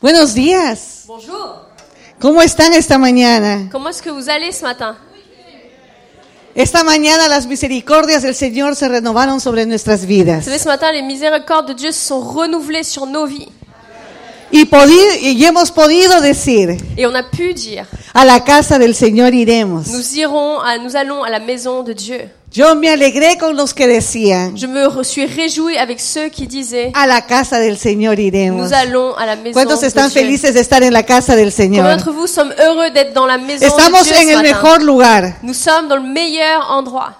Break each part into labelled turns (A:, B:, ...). A: Buenos días.
B: Bonjour.
A: ¿Cómo están esta mañana?
B: Comment est-ce que vous allez ce matin
A: Esta mañana las misericordias del Señor se renovaron sobre nuestras
B: Vous
A: vidas.
B: savez, ce matin, les miséricordes de Dieu se sont renouvelées sur nos vies.
A: Y, podi- y hemos podido decir,
B: Et on a pu dire,
A: a la casa del Señor iremos.
B: nous irons, à, nous allons à la maison de Dieu.
A: Yo me alegré con los que decían,
B: Je me re- suis réjouie avec ceux qui disaient,
A: a la casa del Señor iremos.
B: nous allons à la maison
A: ¿Cuántos
B: de
A: están
B: Dieu.
A: felices de estar en la casa del
B: Combien
A: Señor?
B: d'entre vous sommes heureux d'être dans la maison de
A: Estamos
B: Dieu
A: en
B: ce
A: el
B: matin
A: mejor lugar,
B: Nous sommes dans le meilleur endroit.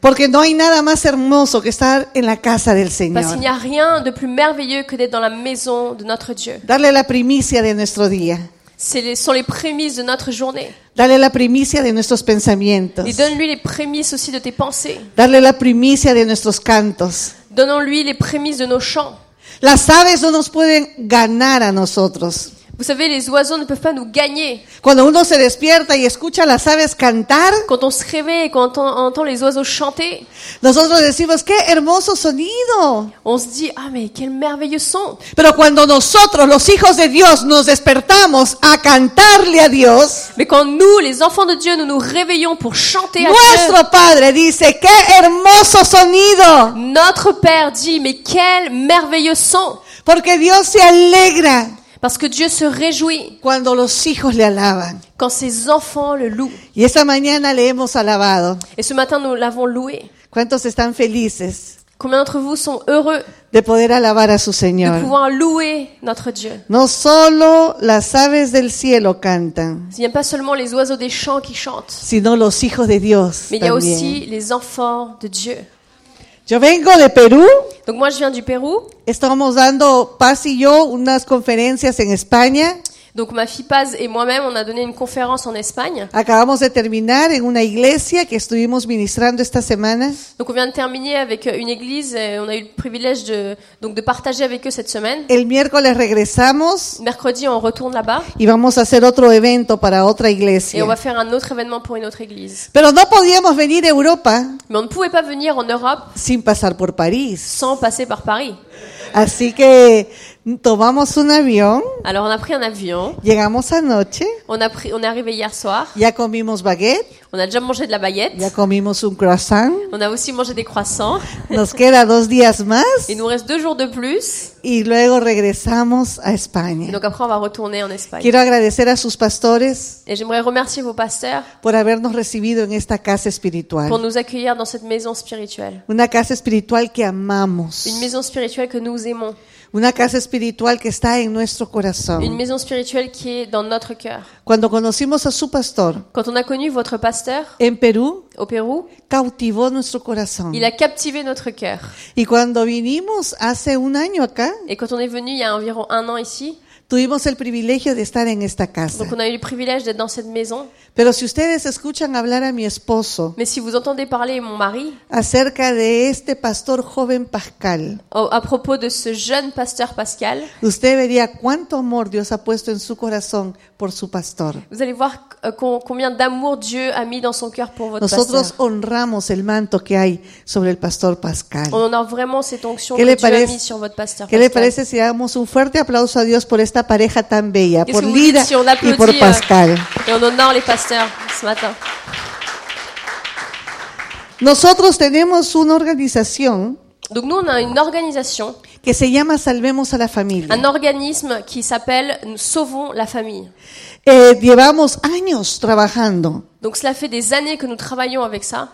A: porque no hay nada más hermoso que estar en la casa del
B: Parce qu'il n'y
A: Pues, Señor.
B: a rien de plus merveilleux que d'être dans la maison de notre Dieu.
A: Darle la primicia de nuestro día,
B: Ce sont les prémices de notre journée.
A: darle la primicia de nuestros pensamientos,
B: Et donne-lui les prémices aussi de tes pensées.
A: darle la primicia de nuestros cantos.
B: Donnons-lui les prémices de nos chants.
A: Las aves no nos pueden ganar a nosotros.
B: Vous savez, les oiseaux ne peuvent pas nous gagner.
A: Cuando uno se despierta y escucha a las aves cantar,
B: Quand on se réveille et quand on entend les oiseaux chanter,
A: nosotros decimos, qué hermoso sonido.
B: on se dit Ah, mais quel merveilleux son
A: Pero cuando nosotros, los hijos de Dios, nos despertamos a cantarle a Dios,
B: Mais quand nous, les enfants de Dieu, nous nous réveillons pour chanter à Dieu,
A: Nuestro Padre dice, qué hermoso sonido,
B: notre Père dit Mais quel merveilleux son
A: porque Dios se alegra
B: Parce que Dieu se réjouit
A: cuando los hijos le alaban.
B: quand ses enfants le louent.
A: Y esta mañana le hemos alabado.
B: Et ce matin, nous l'avons loué.
A: ¿Cuántos están felices
B: Combien d'entre vous sont heureux
A: de poder alabar a su
B: de
A: Señor?
B: pouvoir louer notre Dieu
A: No solo las aves del cielo cantan,
B: Il n'y a pas seulement les oiseaux des champs qui chantent,
A: sino los hijos de Dios.
B: mais il y a
A: también.
B: aussi les enfants de Dieu.
A: Yo vengo de Perú.
B: Donc moi, je viens du Pérou.
A: Estamos dando, Paz y yo, unas conferencias en España.
B: Donc ma fille Paz et moi-même, on a donné une conférence en Espagne.
A: Acabamos de terminar en una iglesia que estuvimos ministrando esta semana.
B: Donc on vient de terminer avec euh, une église. et on a eu le privilège de donc de partager avec eux cette semaine.
A: El miércoles regresamos
B: Mercredi, on retourne là-bas
A: y vamos a hacer otro evento para otra
B: et on va
A: iglesia.
B: faire un autre événement pour une autre église.
A: Pero no podíamos venir a Europa
B: Mais on ne pouvait pas venir en Europe
A: sin pasar por París.
B: sans passer par Paris.
A: Así que tomamos un avión,
B: Alors on a pris un avion.
A: llegamos anoche,
B: On a pris, on est arrivé hier soir.
A: ya comimos baguette,
B: On a déjà mangé de la baguette.
A: ya comimos un croissant,
B: On a aussi mangé des croissants.
A: nos queda dos días más
B: Il nous reste deux jours de plus.
A: y luego regresamos a
B: Et
A: España.
B: donc après, on va retourner en Espagne.
A: Quiero agradecer a sus pastores
B: Et j'aimerais remercier vos pasteurs
A: por habernos recibido en esta casa
B: pour
A: espiritual.
B: nous accueillir dans cette maison spirituelle.
A: Una casa espiritual que amamos.
B: Une maison spirituelle que nous aimons.
A: Una casa espiritual que está en nuestro
B: Une
A: corazón.
B: maison spirituelle qui est dans notre cœur.
A: Cuando conocimos a su pastor
B: Quand on a connu votre pasteur
A: en Perú,
B: au Pérou,
A: cautivó nuestro corazón.
B: il a captivé notre cœur.
A: Y cuando vinimos hace un año acá,
B: Et quand on est venu il y a environ un an ici,
A: tuvimos el privilegio de estar en esta casa.
B: donc on a eu le privilège d'être dans cette maison.
A: Pero si ustedes escuchan hablar a mi esposo
B: Mais si vous entendez parler mon mari
A: acerca de este pastor joven Pascal,
B: au- à propos de ce jeune pasteur Pascal,
A: usted vería cuánto amor Dios ha puesto en su corazón por su pastor.
B: vous allez voir euh, con- combien d'amour Dieu a mis dans son cœur pour votre
A: Nosotros
B: pasteur.
A: honramos el manto que hay sobre el pastor Pascal.
B: On honore vraiment cette onction
A: ¿Qué
B: que
A: le
B: Dieu a
A: parece-
B: mise sur votre pasteur
A: ¿Qué le
B: Pascal.
A: parece si damos un fuerte aplauso a Dios por esta pareja tan bella,
B: Qu'est-ce
A: por
B: que vous dites
A: Lida
B: si on
A: y
B: applaudit
A: por
B: euh,
A: Pascal?
B: et on honore les pasteurs ce matin
A: Nosotros tenemos una organización
B: Donc nous, on a une organisation,
A: que se llama Salvemos a la Familia.
B: un organisme qui s'appelle Nous Sauvons la Famille.
A: Eh, llevamos años trabajando,
B: Donc cela fait des années que nous travaillons avec ça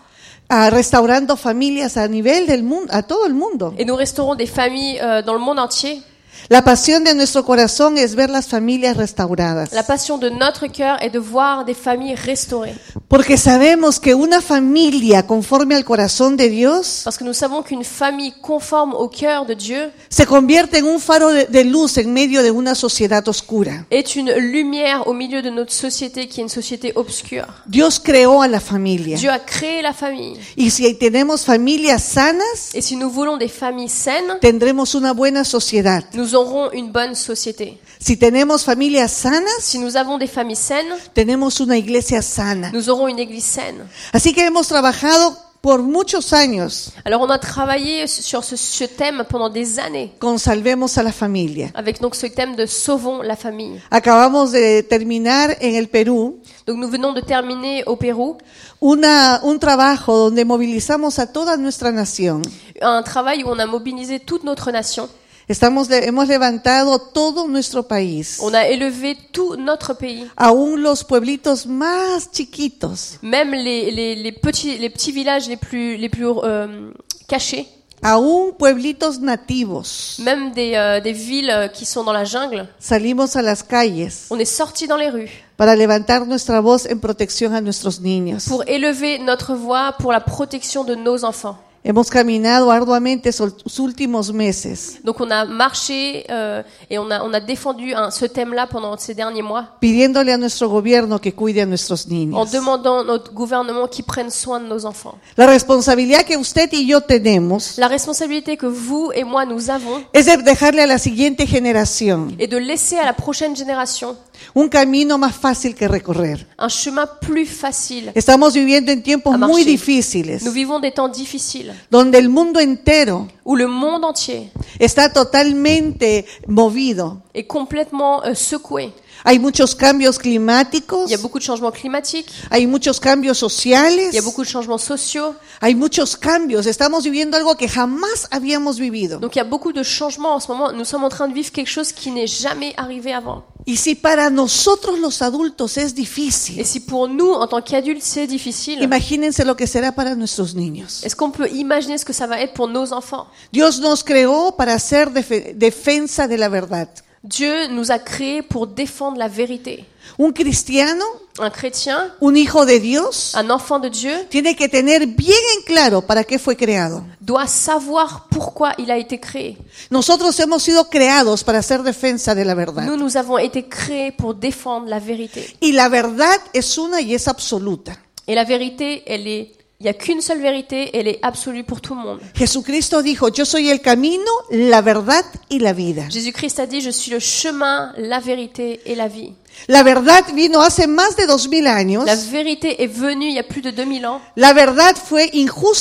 A: ah, restaurando familias a nivel del mundo, a todo el mundo.
B: et nous restaurons des familles euh, dans le monde entier.
A: La pasión de nuestro corazón es ver las familias restauradas,
B: La passion de notre cœur est de voir des familles restaurées.
A: porque sabemos que una familia conforme al corazón de Dios
B: Parce que nous savons qu'une famille conforme au cœur de Dieu
A: se convierte en un faro de- de luz en medio de una sociedad oscura.
B: est une lumière au milieu de notre société qui est une société obscure.
A: Dios creó a la familia.
B: Dieu a créé la famille.
A: Y si tenemos familias sanas,
B: Et si nous voulons des familles saines,
A: tendremos una buena sociedad.
B: nous aurons une bonne société.
A: Si tenemos familias sanas,
B: Si nous avons des familles saines,
A: tenemos una iglesia sana.
B: nous aurons une église saine.
A: Así que hemos trabajado por muchos años
B: Alors on a travaillé sur ce, ce thème pendant des années,
A: con Salvemos a la Familia.
B: avec donc ce thème de Sauvons la famille.
A: Acabamos de terminar en el Perú
B: Donc nous venons de terminer au Pérou
A: una, un trabajo donde movilizamos a toda nuestra nación.
B: un travail où on a mobilisé toute notre nation,
A: Estamos, le- hemos levantado todo nuestro país,
B: on a élevé tout notre pays,
A: aún los pueblitos más chiquitos,
B: même les, les, les petits, les petits villages les plus, les plus euh, cachés,
A: aún pueblitos nativos.
B: même des, euh, des villes euh, qui sont dans la jungle.
A: Salimos a las calles
B: On est sortis dans les rues
A: para levantar nuestra voz en protección a nuestros niños.
B: pour élever notre voix pour la protection de nos enfants.
A: Hemos caminado arduamente sol- los últimos meses
B: Donc on a marché euh, et on a, on a défendu hein, ce thème-là pendant ces derniers mois
A: pidiéndole a nuestro gobierno que cuide a nuestros
B: en
A: niños.
B: demandant à notre gouvernement qu'il prenne soin de nos enfants.
A: La responsabilidad que usted y yo tenemos
B: La responsabilité que vous et moi nous avons
A: es de dejarle a la siguiente generación
B: est de laisser à la prochaine génération
A: un camino más fácil que recorrer.
B: un chemin plus facile.
A: Estamos viviendo en tiempos
B: A
A: muy
B: marcher.
A: difíciles,
B: Nous vivons des temps difficiles
A: donde el mundo entero
B: où le monde entier
A: está totalmente movido.
B: est complètement euh, secoué.
A: Hay muchos cambios climáticos,
B: Il y a beaucoup de changements climatiques,
A: hay muchos cambios sociales,
B: il y a beaucoup de changements sociaux.
A: hay muchos cambios. Estamos viviendo algo que jamás habíamos vivido.
B: Donc il y a beaucoup de changements en ce moment. Nous sommes en train de vivre quelque chose qui n'est jamais arrivé avant.
A: Y si para nosotros los adultos es
B: Et
A: difícil,
B: si pour nous, en tant qu'adultes, c'est difficile,
A: imagínense lo que será para nuestros niños.
B: est-ce qu'on peut imaginer ce que ça va être pour nos enfants
A: Dios nos creó para ser defe- defensa de la verdad.
B: Dieu nous a créés pour défendre la vérité.
A: Un cristiano,
B: Un chrétien,
A: un hijo de Dios,
B: un enfant de Dieu,
A: tiene que tener bien en claro para qué fue creado.
B: doit savoir pourquoi il a été créé.
A: Nosotros hemos sido creados para ser defensa de la verdad.
B: Nous, nous avons été créés pour défendre la vérité.
A: Y la verdad es una y es absoluta.
B: Et la vérité, elle est, il n'y a qu'une seule vérité, elle est absolue pour tout le monde.
A: Jesucristo dijo, yo soy el camino, la verdad y la vida.
B: Jésus-Christ a dit, je suis le chemin, la vérité et la vie.
A: La verdad vino hace más de dos mil años.
B: La vérité est venue il y a plus de 2000 ans.
A: La verdad fue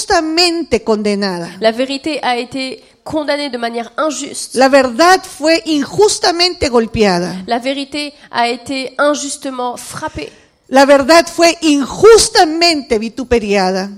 A: injustamente condenada.
B: La vérité a été condamnée de manière injuste.
A: La verdad fue injustamente golpeada.
B: La vérité a été injustement frappée.
A: La verdad fue injustamente vituperiada.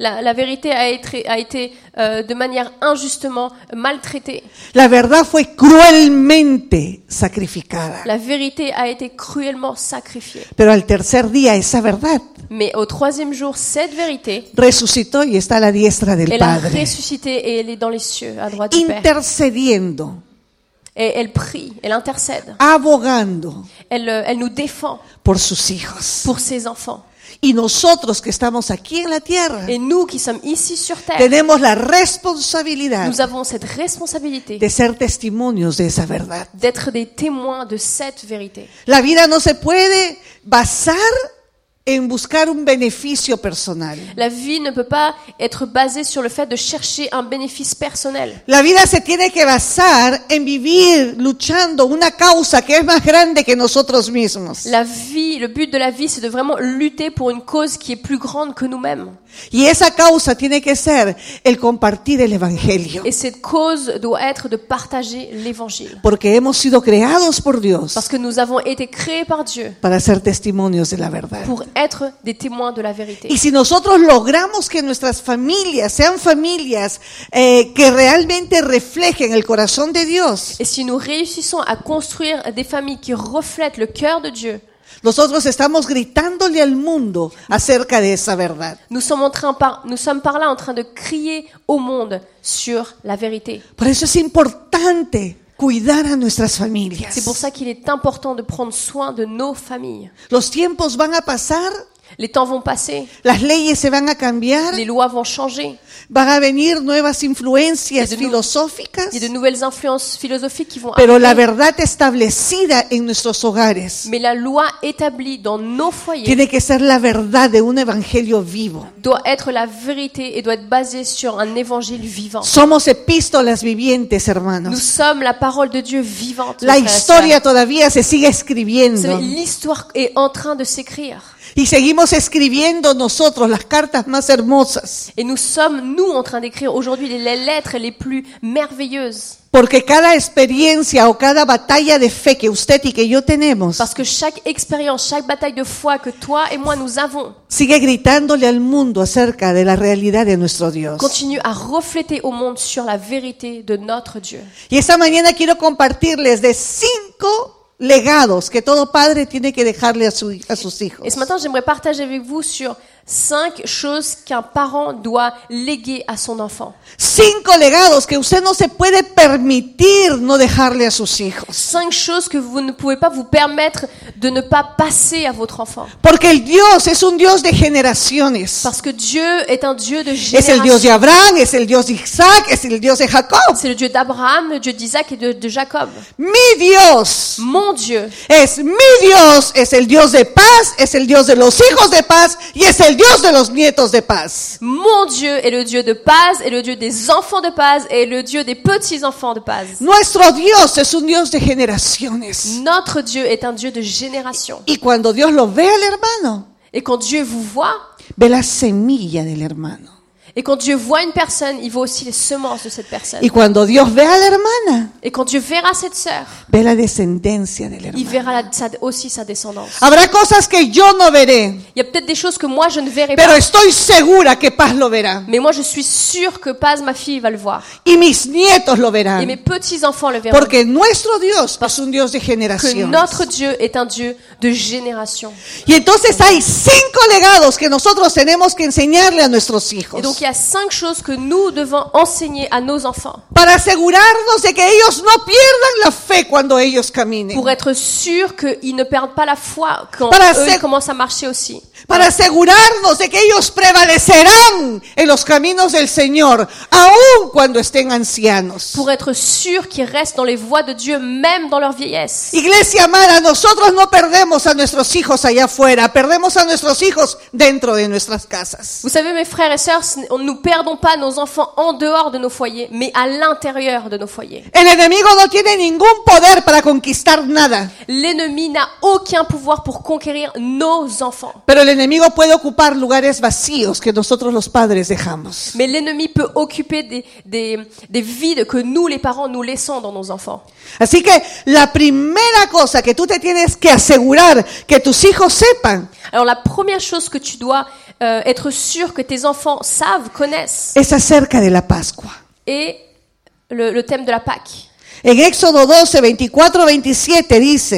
B: La, la vérité a été, a été euh, de manière injustement maltraitée.
A: La verdad fue cruelmente sacrificada.
B: La vérité a été cruellement sacrifiée.
A: Pero al tercer día esa verdad
B: Mais au troisième jour, cette vérité,
A: resucitó y está a la diestra del
B: elle a
A: Padre,
B: ressuscité et elle est dans les cieux, à droite du Père.
A: intercediendo,
B: Et elle prie, elle intercède,
A: abogando
B: elle, euh, elle nous défend
A: por sus hijos.
B: pour ses enfants.
A: Y nosotros que estamos aquí en la tierra
B: Et nous qui sommes ici sur terre,
A: tenemos la responsabilidad
B: nous avons cette responsabilité
A: de ser testimonios de esa verdad.
B: d'être des témoins de cette vérité.
A: La vida no se puede basar en buscar un beneficio personal.
B: La vie ne peut pas être basée sur le fait de chercher un bénéfice personnel.
A: La vida se tiene que basar en vivir luchando una causa que es más grande que nosotros mismos.
B: La vie, le but de la vie, c'est de vraiment lutter pour une cause qui est plus grande que nous-mêmes.
A: Y esa causa tiene que ser el compartir el Evangelio.
B: Et cette cause doit être de partager l'évangile.
A: Porque hemos sido creados por
B: Parce
A: Dios
B: que nous avons été créés par Dieu
A: para ser testimonios de la verdad.
B: pour être des témoins de la vérité.
A: Y si nosotros logramos que nuestras familias sean familias eh, que realmente reflejen el corazón de Dios,
B: Et si nous réussissons à construire des familles qui reflètent le cœur de Dieu,
A: nosotros estamos gritándole al mundo acerca de esa verdad.
B: nous sommes, en train par, nous sommes par là en train de crier au monde sur la vérité.
A: Por eso es importante cuidar a nuestras
B: C'est pour
A: familias.
B: ça qu'il est important de prendre soin de nos familles.
A: Los tiempos van a pasar,
B: Les temps vont passer,
A: las leyes se van a cambiar,
B: les lois vont changer,
A: van a venir nuevas
B: Y
A: influencias
B: de nu-
A: filosóficas,
B: il y a de nouvelles influences philosophiques qui vont
A: pero la
B: arriver.
A: verdad establecida en nuestros hogares
B: Mais la loi établie dans nos foyers
A: tiene que ser la verdad de un evangelio vivo.
B: doit être la vérité et doit être basée sur un évangile vivant.
A: Somos epístolas vivientes,
B: Nous
A: hermanos.
B: sommes la parole de Dieu vivante.
A: La
B: mes frères et sœurs.
A: historia todavía se sigue
B: Vous
A: escribiendo.
B: savez, L'histoire est en train de s'écrire.
A: Y seguimos escribiendo nosotros las cartas más hermosas,
B: Et nous sommes, nous, en train d'écrire aujourd'hui les- les lettres les plus merveilleuses.
A: porque cada experiencia o cada batalla de fe que usted y que yo tenemos
B: Parce que chaque expérience, chaque bataille de foi que toi et moi nous avons
A: sigue gritándole al mundo acerca de la realidad de nuestro Dios.
B: continue à refléter au monde sur la vérité de notre Dieu.
A: Y esta mañana quiero compartirles de cinco legados que todo padre tiene que dejarle a, su- a sus hijos.
B: Et ce matin, j'aimerais partager avec vous sur cinq choses qu'un parent doit léguer à son enfant.
A: Cinco legados que usted no se puede permitir no dejarle a sus hijos.
B: Cinq choses que vous ne pouvez pas vous permettre de ne pas passer à votre enfant.
A: Porque el Dios es un Dios de generaciones.
B: Parce que Dieu est un Dieu de
A: Es el Dios de
B: génération.
A: Abraham, es el Dios de Isaac, es el Dios de Jacob.
B: C'est le Dieu d'Abraham, le Dieu d'Isaac et de, de Jacob.
A: Mi Dios
B: Mon Dieu,
A: es mi Dios, es el Dios de paz, es el Dios de los hijos de paz y es el Dios de los nietos de paz.
B: mon Dieu est le Dieu de Paz, est le Dieu des enfants de Paz et le Dieu des petits-enfants de Paz.
A: Nuestro Dios es un Dios de generaciones.
B: Notre Dieu est un Dieu de génération.
A: Y cuando Dios lo ve al hermano,
B: Et quand Dieu vous voit,
A: ve la semilla del hermano.
B: et quand Dieu voit une personne, il voit aussi les semences de cette personne.
A: Y cuando Dios ve a la hermana,
B: Et quand Dieu verra cette sœur,
A: ve la descendencia del
B: il
A: hermano.
B: verra la- sa- aussi sa descendance.
A: Habrá cosas que yo no veré,
B: Il y a peut-être des choses que moi je ne verrai
A: pero
B: pas,
A: estoy segura que paz lo verá.
B: mais moi je suis sûre que Paz, ma fille, va le voir.
A: Y mis nietos lo verán.
B: Et mes petits-enfants le verront.
A: Porque nuestro Dios es un Dios de
B: Que
A: generación.
B: notre Dieu est un Dieu de génération.
A: Y entonces hay cinco legados que nosotros tenemos que enseñarle a nuestros
B: Et donc
A: hijos
B: il y a cinq choses que nous devons enseigner à nos enfants
A: para asegurarnos de que ellos no pierdan la fe cuando ellos caminen.
B: pour être sûrs qu'ils ne perdent pas la foi quand
A: Para
B: eux
A: ser-
B: ils commencent à marcher aussi.
A: Para asegurarnos de que ellos prevalecerán en los caminos del Señor, aun cuando estén ancianos.
B: Pour être sûrs qu'ils restent dans les voies de Dieu même dans leur vieillesse.
A: Iglesia amada, nosotros no perdemos a nuestros hijos allá afuera, perdemos a nuestros hijos dentro de nuestras casas.
B: Vous savez, mes frères et sœurs, ce n'est- nous ne perdons pas nos enfants en dehors de nos foyers, mais à l'intérieur de nos foyers.
A: El enemigo no tiene ningún poder para conquistar nada.
B: L'ennemi n'a aucun pouvoir pour conquérir nos enfants.
A: Pero el enemigo puede ocupar lugares vacíos que nosotros los padres dejamos.
B: Mais l'ennemi peut occuper des, des, des vides que nous, les parents, nous laissons dans nos enfants.
A: Así que la primera cosa que tú te tienes que asegurar que tus hijos sepan
B: Alors la première chose que tu dois euh, être sûr que tes enfants savent, connaissent,
A: es acerca de la Pascua.
B: est le, le thème de la Pâque.
A: En Éxodo 12, 24, 27 dice,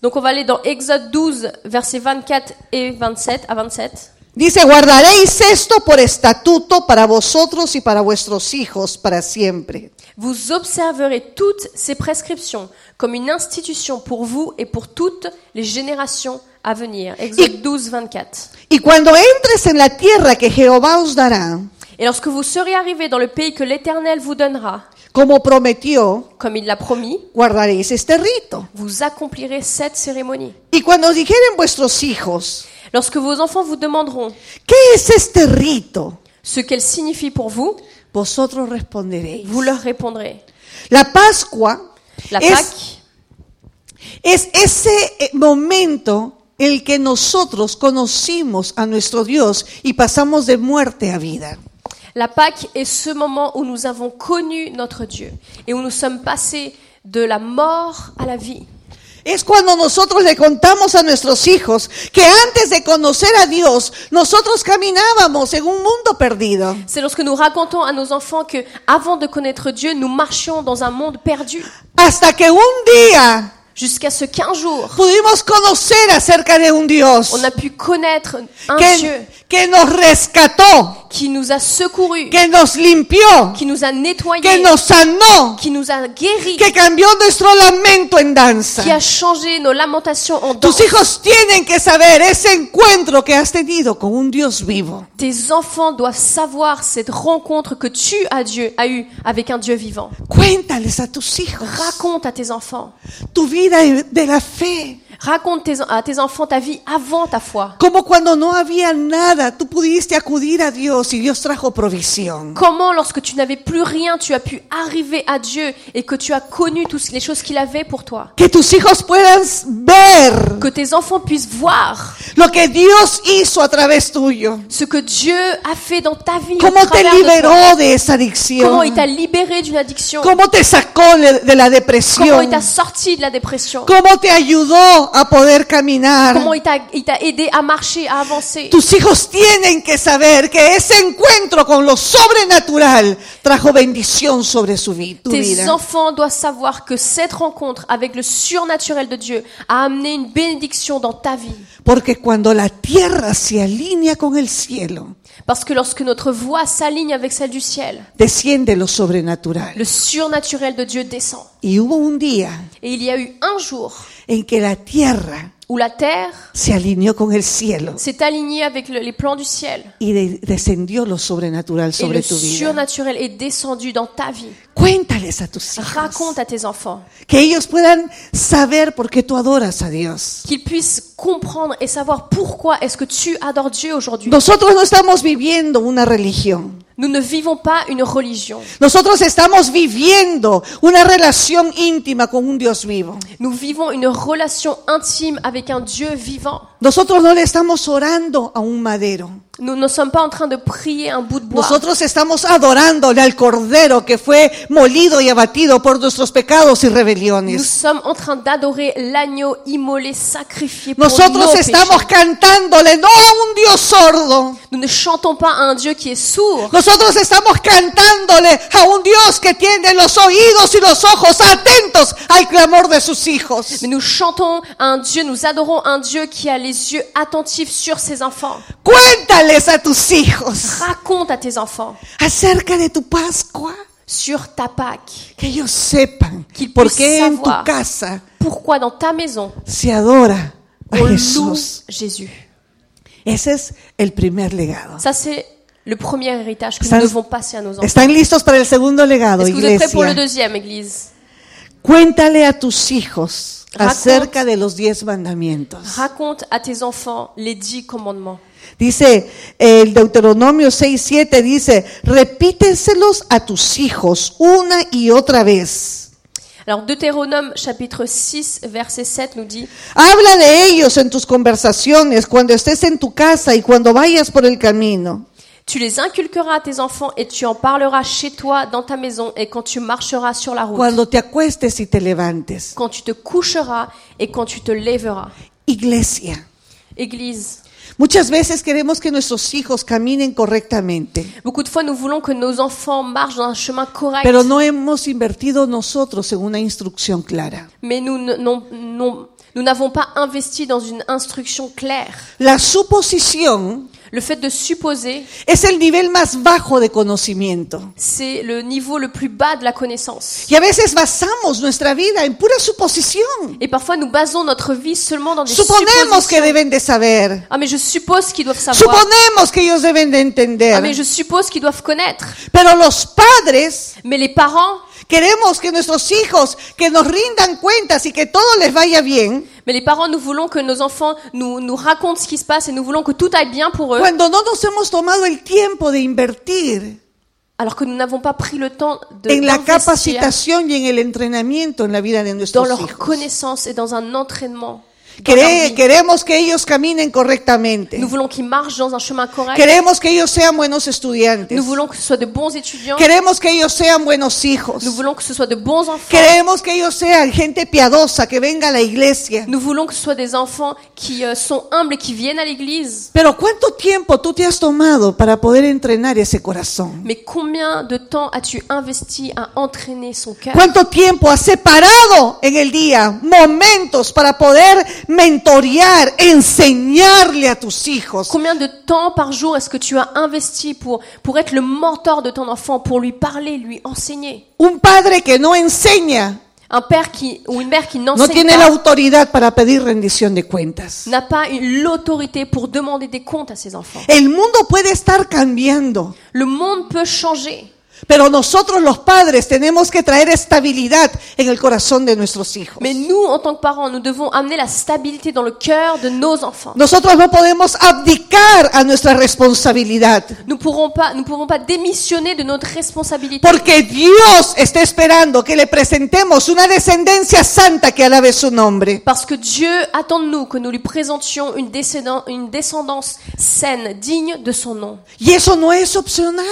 B: Donc on va aller dans Exode 12, versets 24 et 27 à 27.
A: dice, guardaréis esto por estatuto para vosotros y para vuestros hijos para siempre.
B: Vous observerez toutes ces prescriptions comme une institution pour vous et pour toutes les générations à venir. Exode 12, 24.
A: Y cuando entres en la tierra que Jehová os dará,
B: Et lorsque vous serez arrivés dans le pays que l'Éternel vous donnera,
A: como prometió,
B: comme il l'a promis,
A: guardaréis este rito.
B: vous accomplirez cette cérémonie.
A: Y cuando os dijeren vuestros hijos,
B: Lorsque vos enfants vous demanderont
A: ¿Qué es este rito?
B: ce qu'elle signifie pour vous,
A: Vosotros responderéis.
B: vous leur répondrez.
A: La Pascua
B: La
A: es,
B: Pâque,
A: es ese eh, momento en el que nosotros conocimos a nuestro Dios y pasamos de muerte a vida.
B: la Pâque est ce moment où nous avons connu notre Dieu et où nous sommes passés de la mort à la vie.
A: Es cuando nosotros le contamos a nuestros hijos que antes de conocer a Dios, nosotros caminábamos en un mundo perdido.
B: C'est lorsque nous racontons à nos enfants que, avant de connaître Dieu, nous marchions dans un monde perdu,
A: Hasta que un día
B: jusqu'à ce qu'un jour,
A: pudimos conocer acerca de un Dios
B: on a pu connaître un Dieu
A: que, que nos rescató,
B: qui nous a secourus,
A: que nos limpió,
B: qui nous a
A: que
B: nettoyés,
A: nos sanó,
B: qui nous a guéris,
A: que cambió nuestro lamento en
B: qui
A: danza.
B: a changé nos lamentations en
A: Tus
B: danse.
A: hijos tienen que saber ese encuentro que has tenido con un Dios vivo.
B: Tes enfants doivent savoir cette rencontre que tu as Dieu a eue avec un Dieu vivant.
A: Cuéntales a tus hijos
B: Raconte à tes enfants
A: tu vida de la fe,
B: Raconte tes- à tes enfants ta vie avant ta foi.
A: Como cuando no había nada, tú pudiste acudir a Dios y Dios trajo provisión.
B: Comment, lorsque tu n'avais plus rien, tu as pu arriver à Dieu et que tu as connu toutes les choses qu'il avait pour toi.
A: Que tus hijos puedan ver
B: Que tes enfants puissent voir
A: lo que Dios hizo a través tuyo.
B: ce que Dieu a fait dans ta vie. au
A: Cómo te
B: travers de toi.
A: liberó de esa
B: Comment
A: adicción.
B: il t'a libéré d'une addiction.
A: Cómo te sacó de de la
B: Comment il
A: depresión.
B: t'a sorti de la dépression.
A: Cómo te ayudó a poder caminar.
B: Comment il t'a il t'a aidé à marcher, à avancer.
A: Tus hijos tienen que saber que ese encuentro con lo sobrenatural trajo bendición sobre su vi- tu
B: Tes
A: vida.
B: enfants doivent savoir que cette rencontre avec le surnaturel de Dieu a amené une bénédiction dans ta vie.
A: Porque cuando la tierra se alinea con el cielo,
B: Parce que lorsque notre voix s'aligne avec celle du ciel,
A: desciende lo sobrenatural.
B: le surnaturel de Dieu descend.
A: Y hubo un día
B: Et il y a eu un jour
A: en que la tierra
B: où la terre
A: se alineó con el cielo
B: s'est alignée avec le- les plans du ciel.
A: y de- descendió lo sobrenatural
B: Et
A: sobre
B: le
A: tu vida.
B: surnaturel est descendu dans ta vie.
A: Cuéntales a tus hijos
B: Raconte à tes enfants
A: que ellos puedan saber por qué tú adoras a Dios.
B: qu'ils puissent comprendre et savoir pourquoi est-ce que tu adores Dieu aujourd'hui.
A: Nosotros no estamos viviendo una religión.
B: Nous ne vivons pas une religion.
A: Nosotros estamos viviendo una relación íntima con un Dios vivo.
B: Nous vivons une relation intime avec un Dieu vivant.
A: Nosotros no le estamos orando a un madero.
B: Nous ne sommes pas en train de prier un bout de bois.
A: Nosotros estamos adorándole al Cordero que fue molido y abatido por nuestros pecados y
B: Nous
A: rebeliones.
B: sommes en train d'adorer l'agneau immolé, sacrifié pour nos
A: Nosotros estamos
B: péchés.
A: cantándole no a un Dios sordo.
B: Nous ne chantons pas à un Dieu qui est sourd.
A: Nosotros estamos cantándole a un Dios que tiene los oídos y los ojos atentos al clamor de sus hijos.
B: Mais nous chantons à un Dieu, nous adorons un Dieu qui a les yeux attentifs sur ses enfants.
A: Cuéntales a tus hijos
B: Raconte à tes enfants
A: acerca de tu Pascua.
B: sur ta Pâque.
A: Que ellos sepan
B: Qu'ils
A: por
B: puissent
A: qué en tu
B: savoir.
A: casa
B: Pourquoi dans ta maison
A: se adora a
B: on loue
A: Jesús.
B: Jésus
A: Ese es el primer legado.
B: Ça c'est le premier héritage que
A: Ça-
B: nous devons passer à nos enfants.
A: ¿Están listos para el segundo legado,
B: Est-ce que vous êtes prêts pour le
A: iglesia?
B: deuxième, Église
A: Cuéntale a tus hijos
B: Raconte.
A: acerca de los diez mandamientos.
B: Raconte à tes enfants les dix commandements.
A: Dice el Deuteronomio 6.7, dice, repíteselos a tus hijos una y otra vez.
B: Alors Deutéronome chapitre 6 verset 7 nous dit
A: Habla de ellos en tus conversaciones, cuando estés en tu casa y cuando vayas por el camino.
B: Tu les inculqueras à tes enfants et tu en parleras chez toi dans ta maison et quand tu marcheras sur la route,
A: cuando te acuestes y te levantes.
B: quand tu te coucheras et quand tu te lèveras.
A: Iglesia,
B: Église,
A: muchas veces queremos que nuestros hijos caminen correctamente,
B: beaucoup de fois nous voulons que nos enfants marchent dans un chemin correct,
A: pero no hemos invertido nosotros en una instrucción clara.
B: mais nous ne- non- non- nous n'avons pas investi dans une instruction claire.
A: La suposición
B: Le fait de supposer,
A: es el nivel más bajo de conocimiento.
B: c'est le niveau le plus bas de la connaissance.
A: Y a veces basamos nuestra vida en pura suposición.
B: Et parfois nous basons notre vie seulement dans des
A: Suponemos que
B: suppositions.
A: deben de saber.
B: Ah mais je suppose qu'ils doivent savoir.
A: Suponemos que ellos deben de
B: Ah, mais
A: entender.
B: je suppose qu'ils doivent connaître.
A: Pero los padres
B: Mais les parents,
A: queremos que nuestros hijos, que nos rindan cuentas y que todo les vaya bien.
B: mais les parents, nous voulons que nos enfants nous, nous racontent ce qui se passe et nous voulons que tout aille bien pour eux,
A: Cuando no nos hemos tomado el tiempo de invertir
B: alors que nous n'avons pas pris le temps de
A: en la
B: d'investir
A: capacitación y en el entrenamiento en la vida de
B: dans
A: nuestros
B: leur
A: hijos.
B: connaissance et dans un entraînement. dans leur
A: Quere-
B: vie.
A: queremos que ellos caminen correctamente.
B: Nous voulons qu'ils marchent dans un chemin correct.
A: Queremos que ellos sean buenos estudiantes.
B: Nous voulons que ce soit de bons étudiants.
A: Queremos que ellos sean buenos hijos.
B: Nous voulons que ce soit de bons enfants.
A: Queremos que ellos sean gente piadosa, que venga a la iglesia.
B: Nous voulons que ce soit des enfants qui euh, sont humbles et qui viennent à l'église.
A: Pero ¿cuánto tiempo tú te has tomado para poder entrenar ese corazón?
B: Mais combien de temps as-tu investi à entraîner son cœur
A: ¿Cuánto tiempo has separado en el día momentos para poder mentorear, enseñarle a tus hijos?
B: Combien de temps par jour est-ce que tu as investi pour, pour être le mentor de ton enfant, pour lui parler, lui enseigner
A: Un padre que no enseña
B: Un père qui, ou une mère qui
A: no
B: n'enseigne
A: tiene la
B: pas
A: autoridad para pedir rendición de cuentas.
B: n'a pas une- l'autorité pour demander des comptes à ses enfants.
A: El mundo puede estar cambiando,
B: Le monde peut changer,
A: Pero nosotros los padres tenemos que traer estabilidad en el corazón de nuestros hijos.
B: Mais nous, en tant que parents, nous devons amener la stabilité dans le cœur de nos enfants.
A: Nosotros no podemos abdicar a nuestra responsabilidad.
B: Nous pourrons pas, nous pouvons pas démissionner de notre responsabilité.
A: Porque Dios está esperando que le presentemos una descendencia santa que alabe su nombre.
B: Parce que Dieu attend de nous que nous lui présentions une, décédent- une descendance saine, digne de son nom.
A: Y eso no es opcional.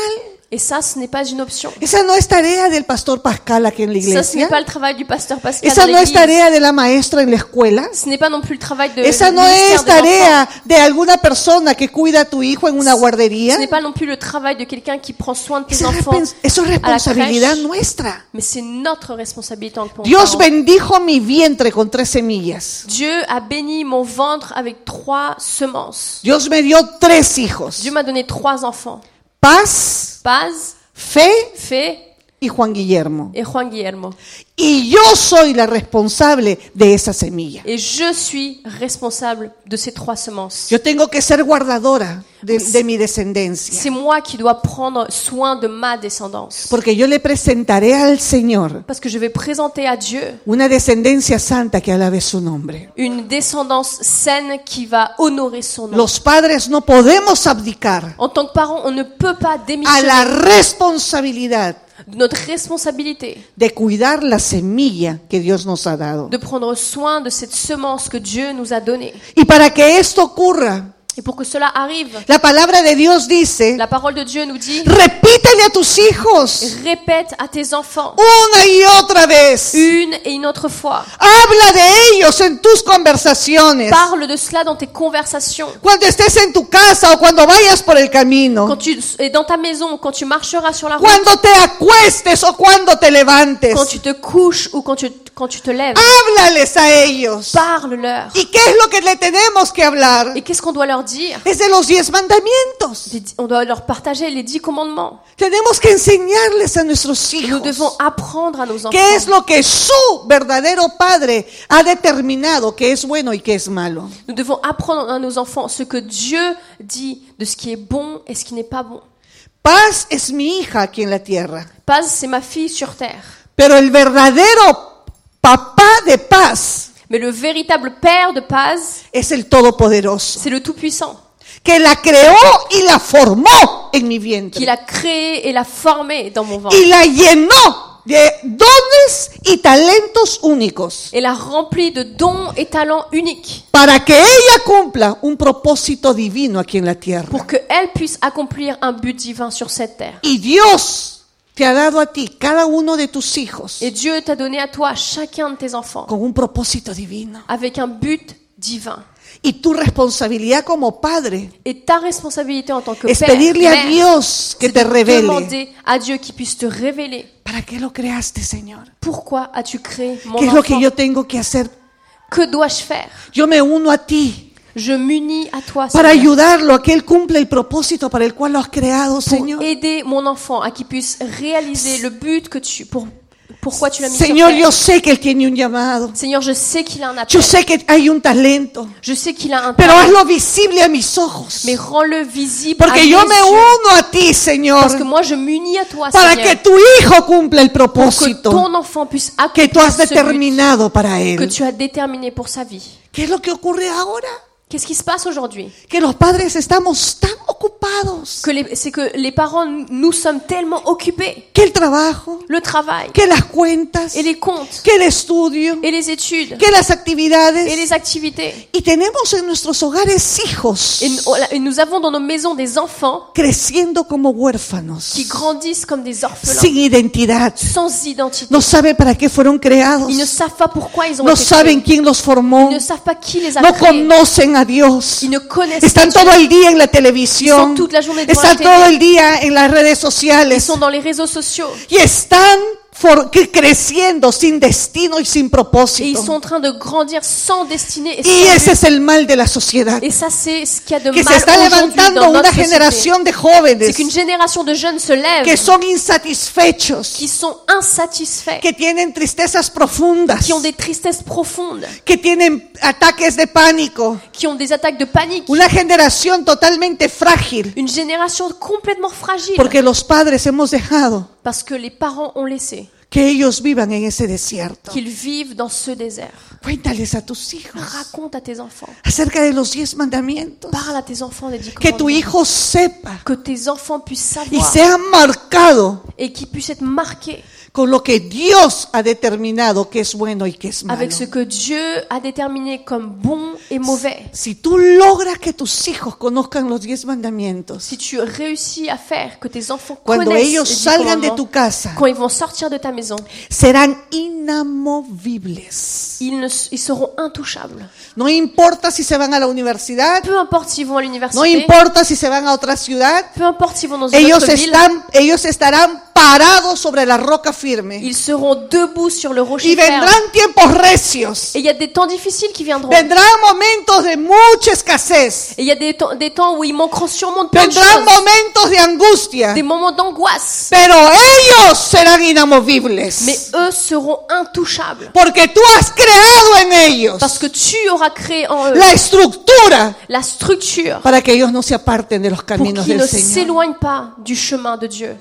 B: Et ça, ce n'est pas une option.
A: Esa no es tarea del pastor Pascal aquí en la
B: Ça, ce n'est
A: iglesia.
B: pas le travail du pasteur Pascal.
A: Esa
B: dans
A: no es
B: l'église.
A: tarea de la maestra en la escuela.
B: Ce n'est pas non plus le travail de.
A: Esa
B: du
A: no
B: ministère
A: es
B: de l'enfant.
A: tarea de alguna persona que cuida a tu hijo en una guardería.
B: Ce n'est pas non plus le travail de quelqu'un qui prend soin de tes
A: Esa es
B: enfants.
A: respons- eso es
B: à la
A: responsabilidad
B: crèche.
A: nuestra.
B: Mais c'est notre responsabilité en tant que
A: Dios
B: parents.
A: bendijo mi vientre con tres semillas.
B: Dieu a béni mon ventre avec trois semences.
A: Dios me dio tres hijos.
B: Dieu m'a donné trois enfants.
A: Paz,
B: Paz,
A: Fe
B: Fé
A: y Juan Guillermo.
B: et Juan Guillermo.
A: Y yo soy la responsable de esa semilla.
B: Et je suis responsable de ces trois semences.
A: Yo tengo que ser guardadora de, de mi descendencia.
B: C'est moi qui dois prendre soin de ma descendance.
A: Porque yo le presentaré al Señor
B: Parce que je vais présenter à Dieu
A: una descendencia santa que alabe su nombre.
B: une descendance saine qui va honorer son nom.
A: Los padres no podemos abdicar
B: En tant que parents, on ne peut pas
A: a
B: démissionner
A: la responsabilidad
B: de notre responsabilité
A: de cuidar la semilla que Dios nos ha dado.
B: de prendre soin de cette semence que Dieu nous a donnée.
A: Y para que esto ocurra,
B: Et pour que cela arrive,
A: la palabra de Dios dice,
B: la parole de Dieu nous dit
A: repítele a tus hijos
B: répète à tes enfants
A: una y otra vez.
B: une et une autre fois.
A: Habla de ellos en tus conversaciones.
B: Parle de cela dans tes conversations.
A: Cuando estés en tu casa o cuando vayas por el
B: Quand
A: camino.
B: tu es dans ta maison, quand tu marcheras sur la route,
A: Cuando te acuestes o cuando te levantes.
B: quand tu te couches ou quand tu, quand tu te lèves,
A: Ah. Háblales a ellos.
B: parle-leur.
A: ¿Y qué es lo que le tenemos que hablar?
B: Et qu'est-ce qu'on doit leur dire
A: Es de los diez mandamientos.
B: Les dix- On doit leur partager les dix commandements.
A: Tenemos que enseñarles a nuestros
B: Nous devons
A: hijos
B: apprendre à nos enfants
A: qué es lo que su verdadero padre ha determinado que es bueno y que es malo.
B: Nous devons apprendre à nos enfants ce que Dieu dit de ce qui est bon et ce qui n'est pas bon.
A: Paz es mi hija aquí en la tierra,
B: Paz, c'est ma fille sur terre.
A: pero el verdadero papá de paz
B: Mais le véritable père de Paz,
A: es el Todopoderoso,
B: c'est le Tout-Puissant,
A: que la creó y la formó en mi
B: qui
A: vientre
B: l'a créé et l'a formé dans mon ventre.
A: y la llenó de dones y talentos únicos
B: Et l'a rempli de dons et talents uniques
A: para que ella cumpla un propósito divino aquí en la tierra.
B: pour qu'elle puisse accomplir un but divin sur cette terre.
A: Y Dios te ha dado a ti cada uno de tus hijos
B: Et Dieu t'a donné à toi chacun de tes enfants
A: con un propósito divino.
B: avec un but divin.
A: Y tu responsabilidad como padre
B: Et ta responsabilité en tant que
A: es
B: père,
A: pedirle a
B: mère,
A: Dios que
B: c'est
A: te
B: de
A: revele.
B: demander à Dieu qui puisse te révéler
A: ¿Para qué lo creaste, Señor?
B: pourquoi as-tu créé mon
A: ¿Qué es
B: enfant.
A: lo que yo tengo que hacer?
B: Que dois-je faire
A: Yo me uno a ti
B: Je m'unis à toi,
A: para
B: Seigneur.
A: ayudarlo a que él cumpla el propósito para el cual lo has creado, Señor.
B: aider mon enfant à qu'il puisse réaliser le but que tu pour pourquoi tu l'as mis
A: Señor,
B: sur terre.
A: yo sé que él tiene un llamado.
B: Seigneur, je sais qu'il a un appel.
A: Yo sé que hay un talento.
B: Je sais qu'il a un
A: Pero
B: talent,
A: hazlo visible a mis ojos.
B: mais rends-le visible à
A: Porque
B: mes
A: yo me
B: yeux.
A: uno a ti,
B: parce que
A: Señor,
B: moi je m'unis à toi,
A: para
B: Seigneur,
A: que tu hijo cumpla el
B: pour que
A: propósito
B: ton enfant puisse
A: que
B: accomplir
A: tú has
B: ce but
A: determinado para
B: que
A: él.
B: tu as déterminé pour sa vie.
A: ¿Qué es lo que ocurre ahora?
B: Qu'est-ce qui se passe aujourd'hui
A: Que los padres estamos tan ocupados.
B: Que les- c'est que les parents nous sommes tellement occupés,
A: Que el trabajo,
B: le travail
A: que las cuentas,
B: et les comptes
A: que el estudio,
B: et les études
A: que las
B: et
A: actividades.
B: les activités.
A: Y tenemos en nuestros hogares hijos
B: Et nous- et nous avons dans nos maisons des enfants
A: creciendo como huérfanos,
B: qui grandissent comme des orphelins.
A: sin identidad.
B: sans identité.
A: No saben para qué fueron creados.
B: Ils ne savent pas pourquoi ils ont
A: No
B: été
A: saben
B: créés.
A: quién los formó.
B: Ils ne savent pas qui les a
A: No
B: créés.
A: conocen a Dios.
B: Ils ne connaissent
A: Están
B: pas.
A: todo el día en la
B: Están
A: televisión.
B: toda la journée devant la
A: Están
B: tele.
A: todo el día en las redes
B: Ils
A: sociales.
B: sont dans les réseaux sociaux
A: Y están for- cre- creciendo sin destino y sin
B: et ils sont
A: propósito.
B: en train de grandir sans destinée. Et,
A: Y
B: sans
A: ese
B: but.
A: es el mal de la sociedad.
B: Et ça, c'est ce qu'il y a de
A: Que se
B: mal
A: está
B: aujourd'hui
A: levantando
B: dans
A: una
B: notre société.
A: generación de
B: C'est
A: jóvenes
B: qu'une génération de jeunes se
A: que
B: lève
A: son insatisfechos,
B: qui sont insatisfaits,
A: que tienen tristezas profundas,
B: qui ont des tristesses profondes,
A: que tienen ataques de pánico.
B: qui ont des attaques de panique.
A: Una generación totalmente frágil
B: Une génération complètement fragile
A: porque los padres hemos dejado
B: parce que les parents ont laissé
A: que ellos vivan en ese desierto.
B: qu'ils vivent dans ce désert.
A: Cuéntales a tus hijos
B: Raconte à tes enfants,
A: acerca de los diez mandamientos.
B: parle à tes enfants des dix
A: Que tu
B: commandements.
A: hijo sepa
B: que tes enfants puissent
A: y
B: savoir
A: sea marcado
B: et qu'ils puissent être marqués
A: con lo que Dios ha determinado que es bueno y que es malo.
B: avec ce que Dieu a déterminé comme bon et mauvais.
A: Si tú logras que tus hijos conozcan los diez mandamientos,
B: Si tu réussis à faire que tes enfants
A: Cuando
B: connaissent
A: ellos
B: les dix
A: salgan de
B: commandements,
A: tu casa.
B: quand ils vont sortir de ta maison,
A: serán inamovibles.
B: ils, ne, s- ils seront intouchables.
A: No importa si se van a la universidad,
B: Peu importe s'ils vont à
A: no
B: l'université,
A: importa si se van a otra ciudad,
B: peu importe s'ils vont dans une
A: ellos,
B: autre ville,
A: están, ellos estarán parados sobre la roca firme
B: ils seront debout sur le rocher
A: y
B: ferme.
A: vendrán tiempos recios,
B: Et il y a des temps difficiles qui viendront. Et
A: vendrán momentos de mucha escasez,
B: il y a des temps, des temps où ils manqueront sûrement de plein de
A: vendrán
B: choses,
A: momentos de angustia,
B: des moments d'angoisse.
A: pero ellos serán
B: Mais
A: inamovibles
B: eux seront intouchables
A: porque tú has creado en ellos
B: parce que tu auras créé en eux
A: la estructura
B: la structure
A: para que ellos no se aparten de los
B: pour
A: caminos del
B: qu'ils ne
A: Señor.
B: s'éloignent pas du chemin de Dieu.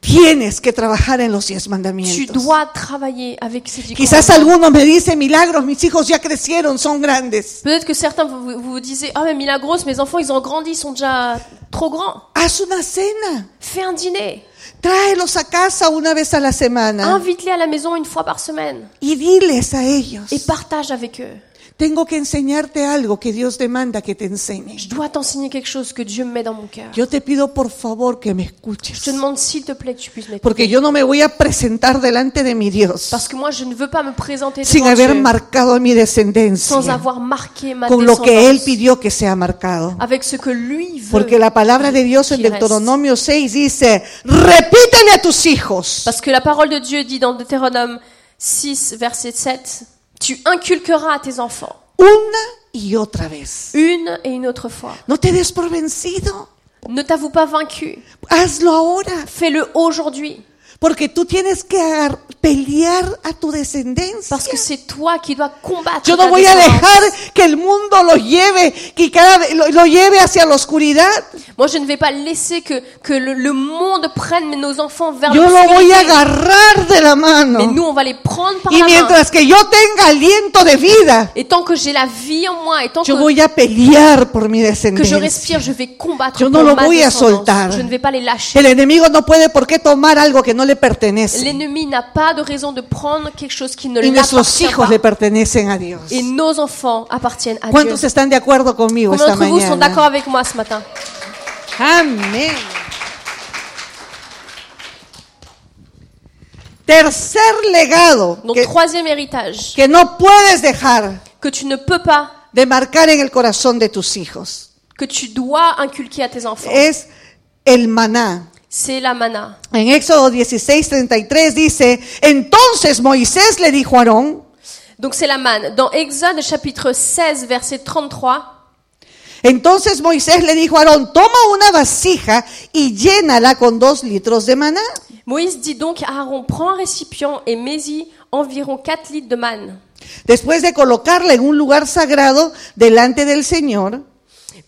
A: Tienes que trabajar en los diez
B: Tu
A: mandamientos.
B: dois travailler avec ces dix
A: Quizás
B: commandements.
A: algunos me dicen, milagros, mis hijos ya crecieron, son grandes.
B: Peut-être que certains vous, vous- vous vous disiez Ah, mais Milagros, mes enfants, ils ont grandi, ils sont déjà trop grands.
A: Haz una cena,
B: Fais un dîner.
A: tráelos a casa una vez a la semana
B: Invite-les à la maison une fois par semaine
A: y diles a ellos,
B: et partage avec eux.
A: tengo que enseñarte algo que Dios demanda que te enseñe.
B: Je dois t'enseigner quelque chose que Dieu me met dans mon cœur.
A: Yo te pido por favor que me
B: Je te
A: escuches,
B: demande s'il te plaît que tu puisses m'écouter.
A: porque yo no me voy a presentar delante de mi Dios
B: Parce que moi, je ne veux pas me présenter
A: sin
B: devant
A: haber
B: Dieu
A: marcado a mi
B: sans
A: descendencia
B: avoir marqué ma
A: con lo que Él
B: descendance
A: pidió que sea marcado.
B: avec ce que lui veut.
A: Porque la palabra de Dios en
B: qu'il reste.
A: Deuteronomio 6 dice, repítele a tus hijos.
B: Parce que la parole de Dieu dit dans Deutéronome 6, verset 7, Tu inculqueras à tes enfants
A: una y otra vez.
B: une et une autre fois.
A: No te des por vencido.
B: Ne t'avoue pas vaincu.
A: Hazlo ahora,
B: Fais-le aujourd'hui.
A: porque tú tienes que agar- pelear a tu descendencia.
B: Parce que c'est toi qui dois combattre.
A: Yo no
B: ta
A: voy a
B: descendance.
A: dejar que el mundo lo lleve, que cada vez lo, lo lleve hacia la oscuridad.
B: Moi, je ne vais pas laisser que, que le, le monde prenne nos enfants vers
A: Yo lo
B: l'obscurité.
A: voy a agarrar de la
B: Mais
A: mano.
B: nous, on va les prendre par
A: Y
B: la main.
A: mientras que yo tenga aliento de vida,
B: Et tant que j'ai la vie en moi, et tant
A: yo
B: que,
A: voy a pelear por mi
B: pues. que je
A: descendencia.
B: respire, je vais combattre
A: Yo
B: pour
A: no lo
B: ma
A: voy a
B: descendance.
A: soltar.
B: Je ne vais pas les lâcher.
A: El enemigo no puede por qué tomar algo que no le pertenece.
B: L'ennemi n'a pas de raison de prendre quelque chose qui ne
A: Y nuestros
B: l'appartient
A: hijos le
B: pas.
A: pertenecen a Dios.
B: Et nos enfants appartiennent à Dieu.
A: ¿Cuántos están de acuerdo conmigo
B: Combien
A: esta
B: d'entre vous sont d'accord
A: mañana?
B: avec moi ce matin
A: Amén. Tercer legado
B: Donc,
A: que,
B: troisième héritage
A: que no puedes dejar
B: que tu ne peux pas,
A: de marcar en el corazón de tus hijos
B: que tu dois inculquer à tes enfants,
A: es el maná.
B: c'est la mana.
A: En Éxodo 16, 33 dice, entonces Moisés le dijo a Aarón,
B: Donc c'est la manne. Dans Exode chapitre 16 verset 33,
A: entonces Moisés le dijo a Aarón, toma una vasija y llénala con dos litros de maná.
B: Moïse dit donc à Aaron, prends un récipient et mets-y environ 4 litres de manne.
A: Después de colocarla en un lugar sagrado delante del Señor,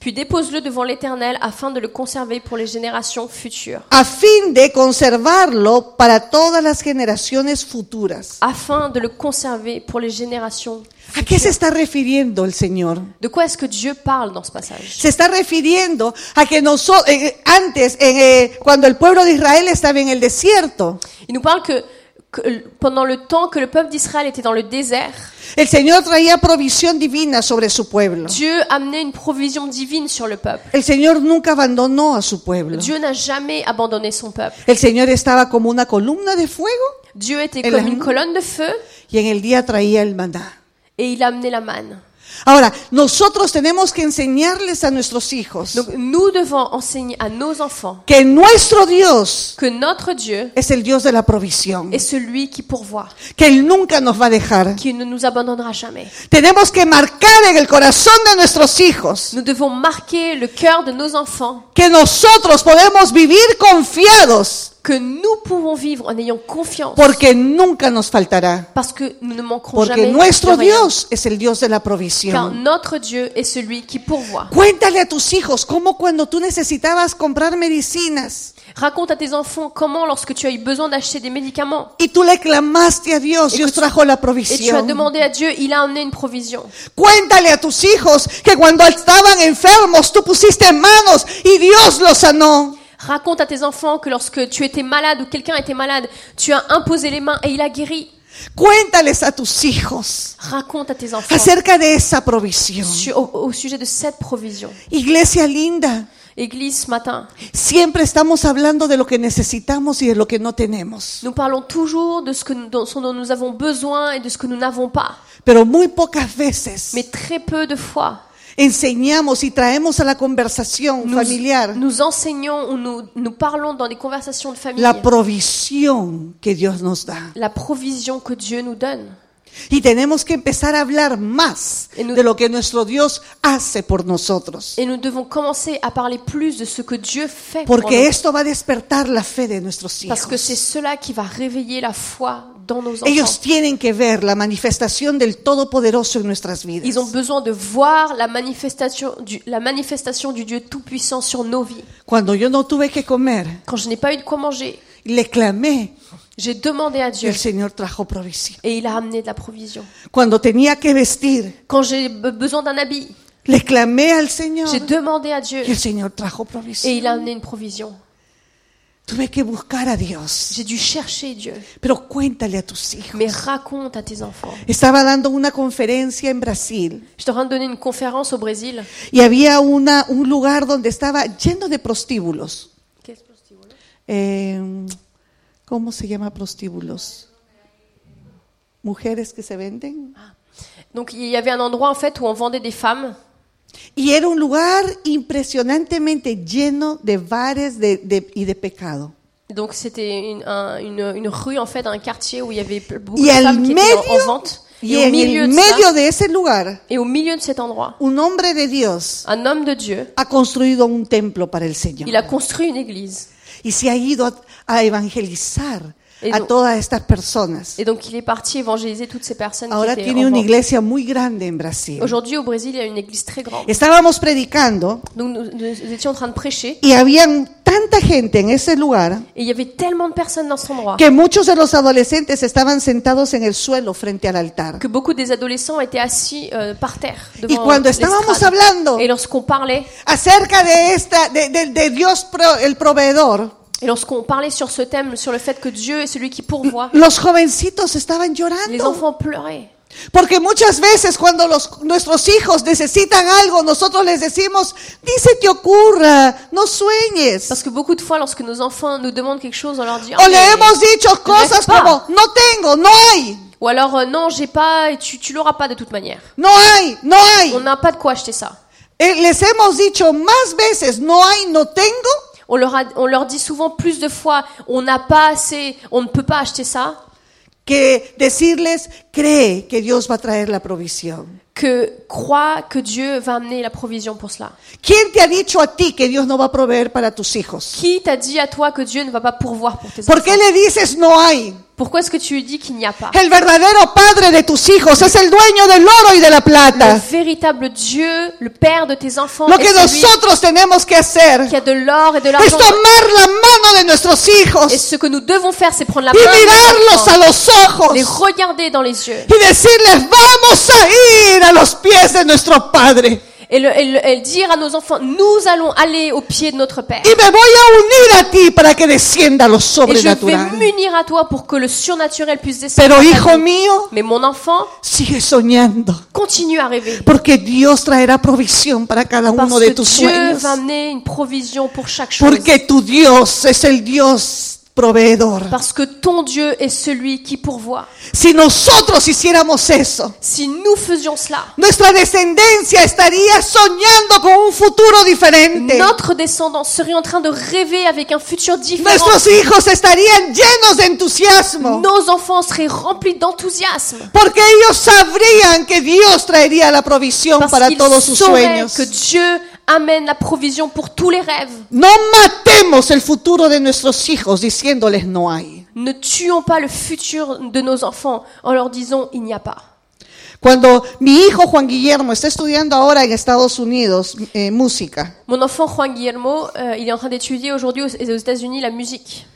B: Puis dépose-le devant l'Éternel afin de le conserver pour les générations futures,
A: a fin de conservarlo para todas las generaciones futuras.
B: afin de le conserver pour les générations.
A: ¿A qué se está refiriendo el Señor?
B: De quoi est-ce que Dieu parle dans ce passage
A: Se está refiriendo a que nosotros, antes, eh, eh, cuando el pueblo de Israel estaba en el desierto,
B: Il nous parle que, que pendant le temps que le peuple d'Israël était dans le désert,
A: el Señor traía provisión divina sobre su pueblo.
B: Dieu amenait une provision divine sur le peuple.
A: El Señor nunca abandonó a su pueblo.
B: Dieu n'a jamais abandonné son peuple.
A: El Señor estaba como una columna de fuego
B: Dieu était
A: Et
B: comme
A: la-
B: une colonne de feu
A: y en el día traía el maná.
B: et il amenait la manne.
A: Ahora, nosotros tenemos que enseñarles a nuestros hijos
B: Donc nous devons enseigner à nos enfants
A: que nuestro Dios
B: que notre Dieu
A: es el Dios de la provisión,
B: est celui qui pourvoit,
A: que Él nunca nos va a dejar.
B: qui ne nous abandonnera jamais.
A: Tenemos que marcar en el corazón de nuestros hijos
B: Nous devons marquer le cœur de nos enfants
A: que nosotros podemos vivir confiados
B: que nous pouvons vivre en ayant confiance
A: porque nunca nos faltará.
B: parce que nous ne manquerons
A: Porque
B: jamais
A: nuestro
B: de rien,
A: Dios es el Dios de la
B: car
A: provisión.
B: notre Dieu est celui qui pourvoit.
A: Cuéntale a tus hijos cómo cuando tú necesitabas comprar medicinas,
B: Raconte à tes enfants comment, lorsque tu as eu besoin d'acheter des médicaments,
A: y tú le clamaste a Dios, Dios trajo la
B: et tu as
A: provisión.
B: demandé à Dieu, il a amené une provision.
A: Cuéntale a tus hijos que cuando estaban enfermos tú pusiste manos y Dios los sanó.
B: Raconte à tes enfants que lorsque tu étais malade ou quelqu'un était malade, tu as imposé les mains et il a guéri.
A: Cuéntales a tus hijos
B: Raconte à tes
A: Ah,
B: enfants
A: acerca de esa provisión.
B: su- au, au sujet de cette provision.
A: Iglesia linda,
B: Église, ce matin,
A: siempre estamos hablando de lo que necesitamos y de lo que no tenemos,
B: nous parlons toujours de ce, que nous- dont- ce dont nous avons besoin et de ce que nous n'avons pas.
A: pero muy pocas veces
B: Mais très peu de fois,
A: enseñamos y traemos a la conversación
B: nous,
A: familiar
B: nous enseignons ou nous, nous parlons dans des conversations de famille
A: la provisión que Dios nos da.
B: la provision que Dieu nous donne.
A: Y tenemos que empezar a hablar más
B: En un-
A: de lo que nuestro Dios hace por nosotros.
B: Et nous devons commencer à parler plus de ce que Dieu fait pour nous.
A: Porque esto va a despertar la fe de nuestros
B: Parce que c'est
A: hijos.
B: cela qui va réveiller la foi dans nos enfants.
A: Ellos tienen que ver la manifestación del Todopoderoso en nuestras
B: Ils ont
A: vidas.
B: besoin de voir la manifestation du, la manifestation du Dieu Tout-Puissant sur nos vies.
A: Cuando yo no tuve que comer,
B: Quand je n'ai pas eu de quoi manger,
A: le clamé
B: j'ai demandé à
A: y
B: Dieu
A: el Señor trajo provisión.
B: et il a amené de la provision.
A: Cuando tenía que vestir,
B: Quand j'ai be- besoin d'un habit,
A: le clamé al
B: j'ai
A: Señor
B: demandé à Dieu
A: y el Señor trajo
B: et
A: provisión.
B: il a amené une provision.
A: Tuve que buscar a Dios.
B: J'ai dû chercher Dieu.
A: Pero cuéntale a tus hijos.
B: Mais raconte à tes enfants.
A: Estaba dando una conferencia en Brasil
B: Je suis en train de donner une conférence au Brésil.
A: Y había una, un lugar donde estaba lleno de prostíbulos. Eh, ¿Cómo se llama prostíbulos? Mujeres que se venden.
B: Donc il y avait un endroit en fait où on vendait des femmes.
A: Y era un lugar impresionantemente lleno de bares de- de- y de pecado.
B: Donc c'était une, un- une- une rue en fait, un quartier où il y avait ple- beaucoup
A: Y
B: de
A: al
B: femmes qui étaient
A: medio,
B: en- en vente.
A: y
B: Et au
A: en
B: milieu
A: el
B: de ça,
A: medio de ese lugar,
B: et au milieu de cet endroit,
A: un hombre de Dios
B: un homme de Dieu,
A: ha construido un templo para el
B: il
A: Señor.
B: a construit une église.
A: Y se ha ido a, a evangelizar
B: Y
A: a
B: no-
A: todas estas personas.
B: Et donc il est parti évangéliser toutes ces personnes
A: Ahora
B: qui étaient
A: tiene
B: en
A: una
B: vente.
A: iglesia muy grande en Brasil.
B: Aujourd'hui au Brésil, il y a une église très grande.
A: Estábamos predicando
B: Donc nous, nous étions en train de prêcher
A: y habían tanta gente en ese lugar
B: et il y avait tellement de personnes dans cet endroit
A: que muchos de los adolescentes estaban sentados en el suelo frente al altar.
B: que beaucoup des adolescents étaient assis euh, par terre devant
A: Y cuando estábamos
B: l'estrade.
A: hablando
B: Et lorsqu'on parlait,
A: acerca de esta de, de- de Dios pro- el proveedor,
B: et lorsqu'on parlait sur ce thème, sur le fait que Dieu est celui qui pourvoit,
A: los jovencitos estaban
B: les
A: llorando
B: enfants pleuraient.
A: porque muchas veces cuando los, nuestros hijos necesitan algo nosotros les decimos ni se te ocurra, no sueñes.
B: Parce que beaucoup de fois, lorsque nos enfants nous demandent quelque chose, on leur dit
A: O
B: Ah,
A: le
B: mais-
A: hemos dicho cosas
B: pa.
A: como no tengo, no hay,
B: ou alors euh, non, j'ai pas, et tu, tu l'auras pas de toute manière.
A: no hay, no hay.
B: On n'a pas de quoi acheter ça.
A: Eh, les hemos dicho más veces, no hay, no tengo,
B: On leur, a- on leur dit souvent plus de fois on n'a pas assez, on ne peut pas acheter ça,
A: que decirles, cree que Dios va a traer la provisión.
B: que crois que Dieu va amener la provision pour cela.
A: ¿Quién te ha dicho a ti que Dios no va a proveer para tus hijos?
B: Qui t'a dit à toi que Dieu ne va pas pourvoir pour tes
A: ¿Por
B: enfants
A: qué le dices no hay?
B: Pourquoi est-ce que tu lui dis qu'il n'y a pas
A: El verdadero padre de tus hijos es el dueño del oro y de la
B: Le
A: plata.
B: véritable Dieu, le Père de tes enfants,
A: Lo
B: est
A: que
B: celui
A: nosotros tenemos que hacer
B: qui a de l'or et de
A: es
B: l'argent.
A: tomar la mano de nuestros hijos
B: Et ce que nous devons faire, c'est prendre la
A: y
B: main, de nos
A: mirarlos
B: enfants,
A: a los
B: les
A: ojos
B: regarder dans les yeux.
A: y decirles, vamos a ir a los pies de nuestro padre.
B: Et, le, et le- et dire à nos enfants, nous allons aller au pied de notre Père.
A: Y me voy a unir a ti para que descienda lo
B: Et je vais
A: sobrenatural.
B: m'unir à toi pour que le surnaturel puisse descendre.
A: Pero
B: dans ta
A: hijo
B: vie.
A: mío,
B: Mais mon enfant,
A: sigue soñando,
B: continue à rêver.
A: porque Dios traerá provisión para cada
B: Parce
A: uno de
B: que
A: tus
B: Dieu
A: sueños.
B: va amener une provision pour chaque chose.
A: Porque tu Dios es el Dios proveedor.
B: Parce que ton Dieu est celui qui pourvoit.
A: Si nosotros hiciéramos eso,
B: Si nous faisions cela,
A: nuestra descendencia estaría soñando con un futuro diferente.
B: notre descendant serait en train de rêver avec un futur différent.
A: Nuestros hijos estarían llenos de entusiasmo,
B: Nos enfants seraient remplis d'enthousiasme.
A: porque ellos sabrían que Dios traería la provisión
B: Parce
A: para
B: qu'ils
A: todos sus
B: sauraient
A: sueños.
B: que Dieu amène la provision pour tous les rêves.
A: No matemos el futuro de nuestros hijos diciéndoles no hay.
B: Ne tuons pas le futur de nos enfants en leur disant il n'y a pas.
A: Cuando mi hijo Juan Guillermo está estudiando ahora en Estados Unidos eh, música,
B: Mon enfant Juan Guillermo, euh, il est en train d'étudier aujourd'hui aux, aux États-Unis la musique.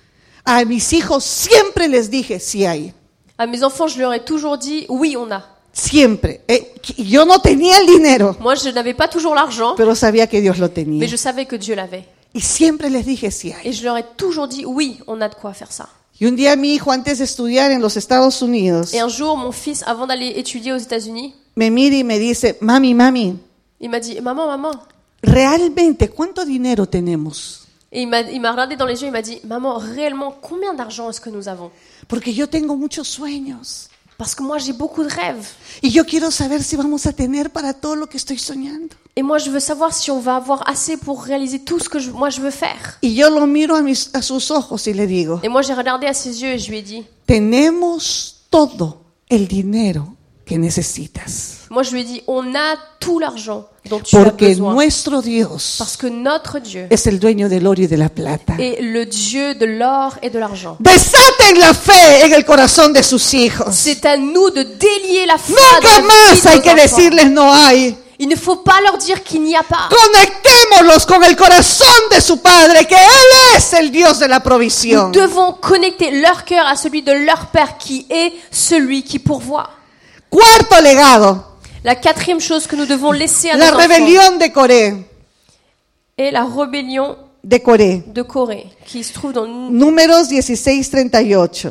A: a mis hijos siempre les dije, sí hay,
B: À mes enfants, je leur ai toujours dit oui, on a.
A: siempre. Eh, qu- yo no tenía el dinero,
B: Moi, je n'avais pas toujours l'argent,
A: pero sabía que Dios lo tenía.
B: mais je savais que Dieu l'avait.
A: Y siempre les dije, sí hay.
B: Et je leur ai toujours dit oui, on a de quoi faire ça.
A: Y un día mi hijo, antes de estudiar en los Estados Unidos,
B: Et un jour, mon fils, avant d'aller étudier aux États-Unis,
A: me mira y me dice, mami, mami,
B: il m'a dit maman, maman.
A: ¿realmente cuánto dinero tenemos?
B: Et il m'a il m'a regardé dans les yeux, il m'a dit maman, réellement, combien d'argent est-ce que nous avons
A: Porque yo tengo muchos sueños
B: Parce que moi, j'ai beaucoup de rêves.
A: y yo quiero saber si vamos a tener para todo lo que estoy soñando.
B: Et moi, je veux savoir si on va avoir assez pour réaliser tout ce que je- moi je veux faire.
A: Y yo lo miro a, mis- a sus ojos y le digo,
B: Et moi, j'ai regardé à ses yeux et je lui ai dit
A: tenemos todo el dinero que necesitas.
B: Moi, je lui ai dit, on a tout l'argent dont tu as
A: Porque
B: besoin.
A: nuestro Dios
B: Parce que notre Dieu
A: es el dueño del oro y de la plata.
B: est le Dieu de l'or et de l'argent.
A: Desaten la fe en el corazón de sus hijos.
B: C'est à nous de délier la foi.
A: Nunca
B: dans la vie
A: más
B: de
A: hay
B: nos
A: que
B: enfants.
A: decirles no hay.
B: Il ne faut pas leur dire qu'il n'y a pas.
A: Conectémoslos con el corazón de su Padre, que Él es el Dios de la
B: Nous
A: provisión.
B: devons connecter leur cœur à celui de leur Père qui est celui qui pourvoit.
A: Cuarto legado,
B: La quatrième chose que nous devons laisser à nos
A: la
B: enfants
A: rebelión de Coré.
B: est la rébellion
A: De Coré.
B: de Corée qui se trouve dans
A: Números 16:38.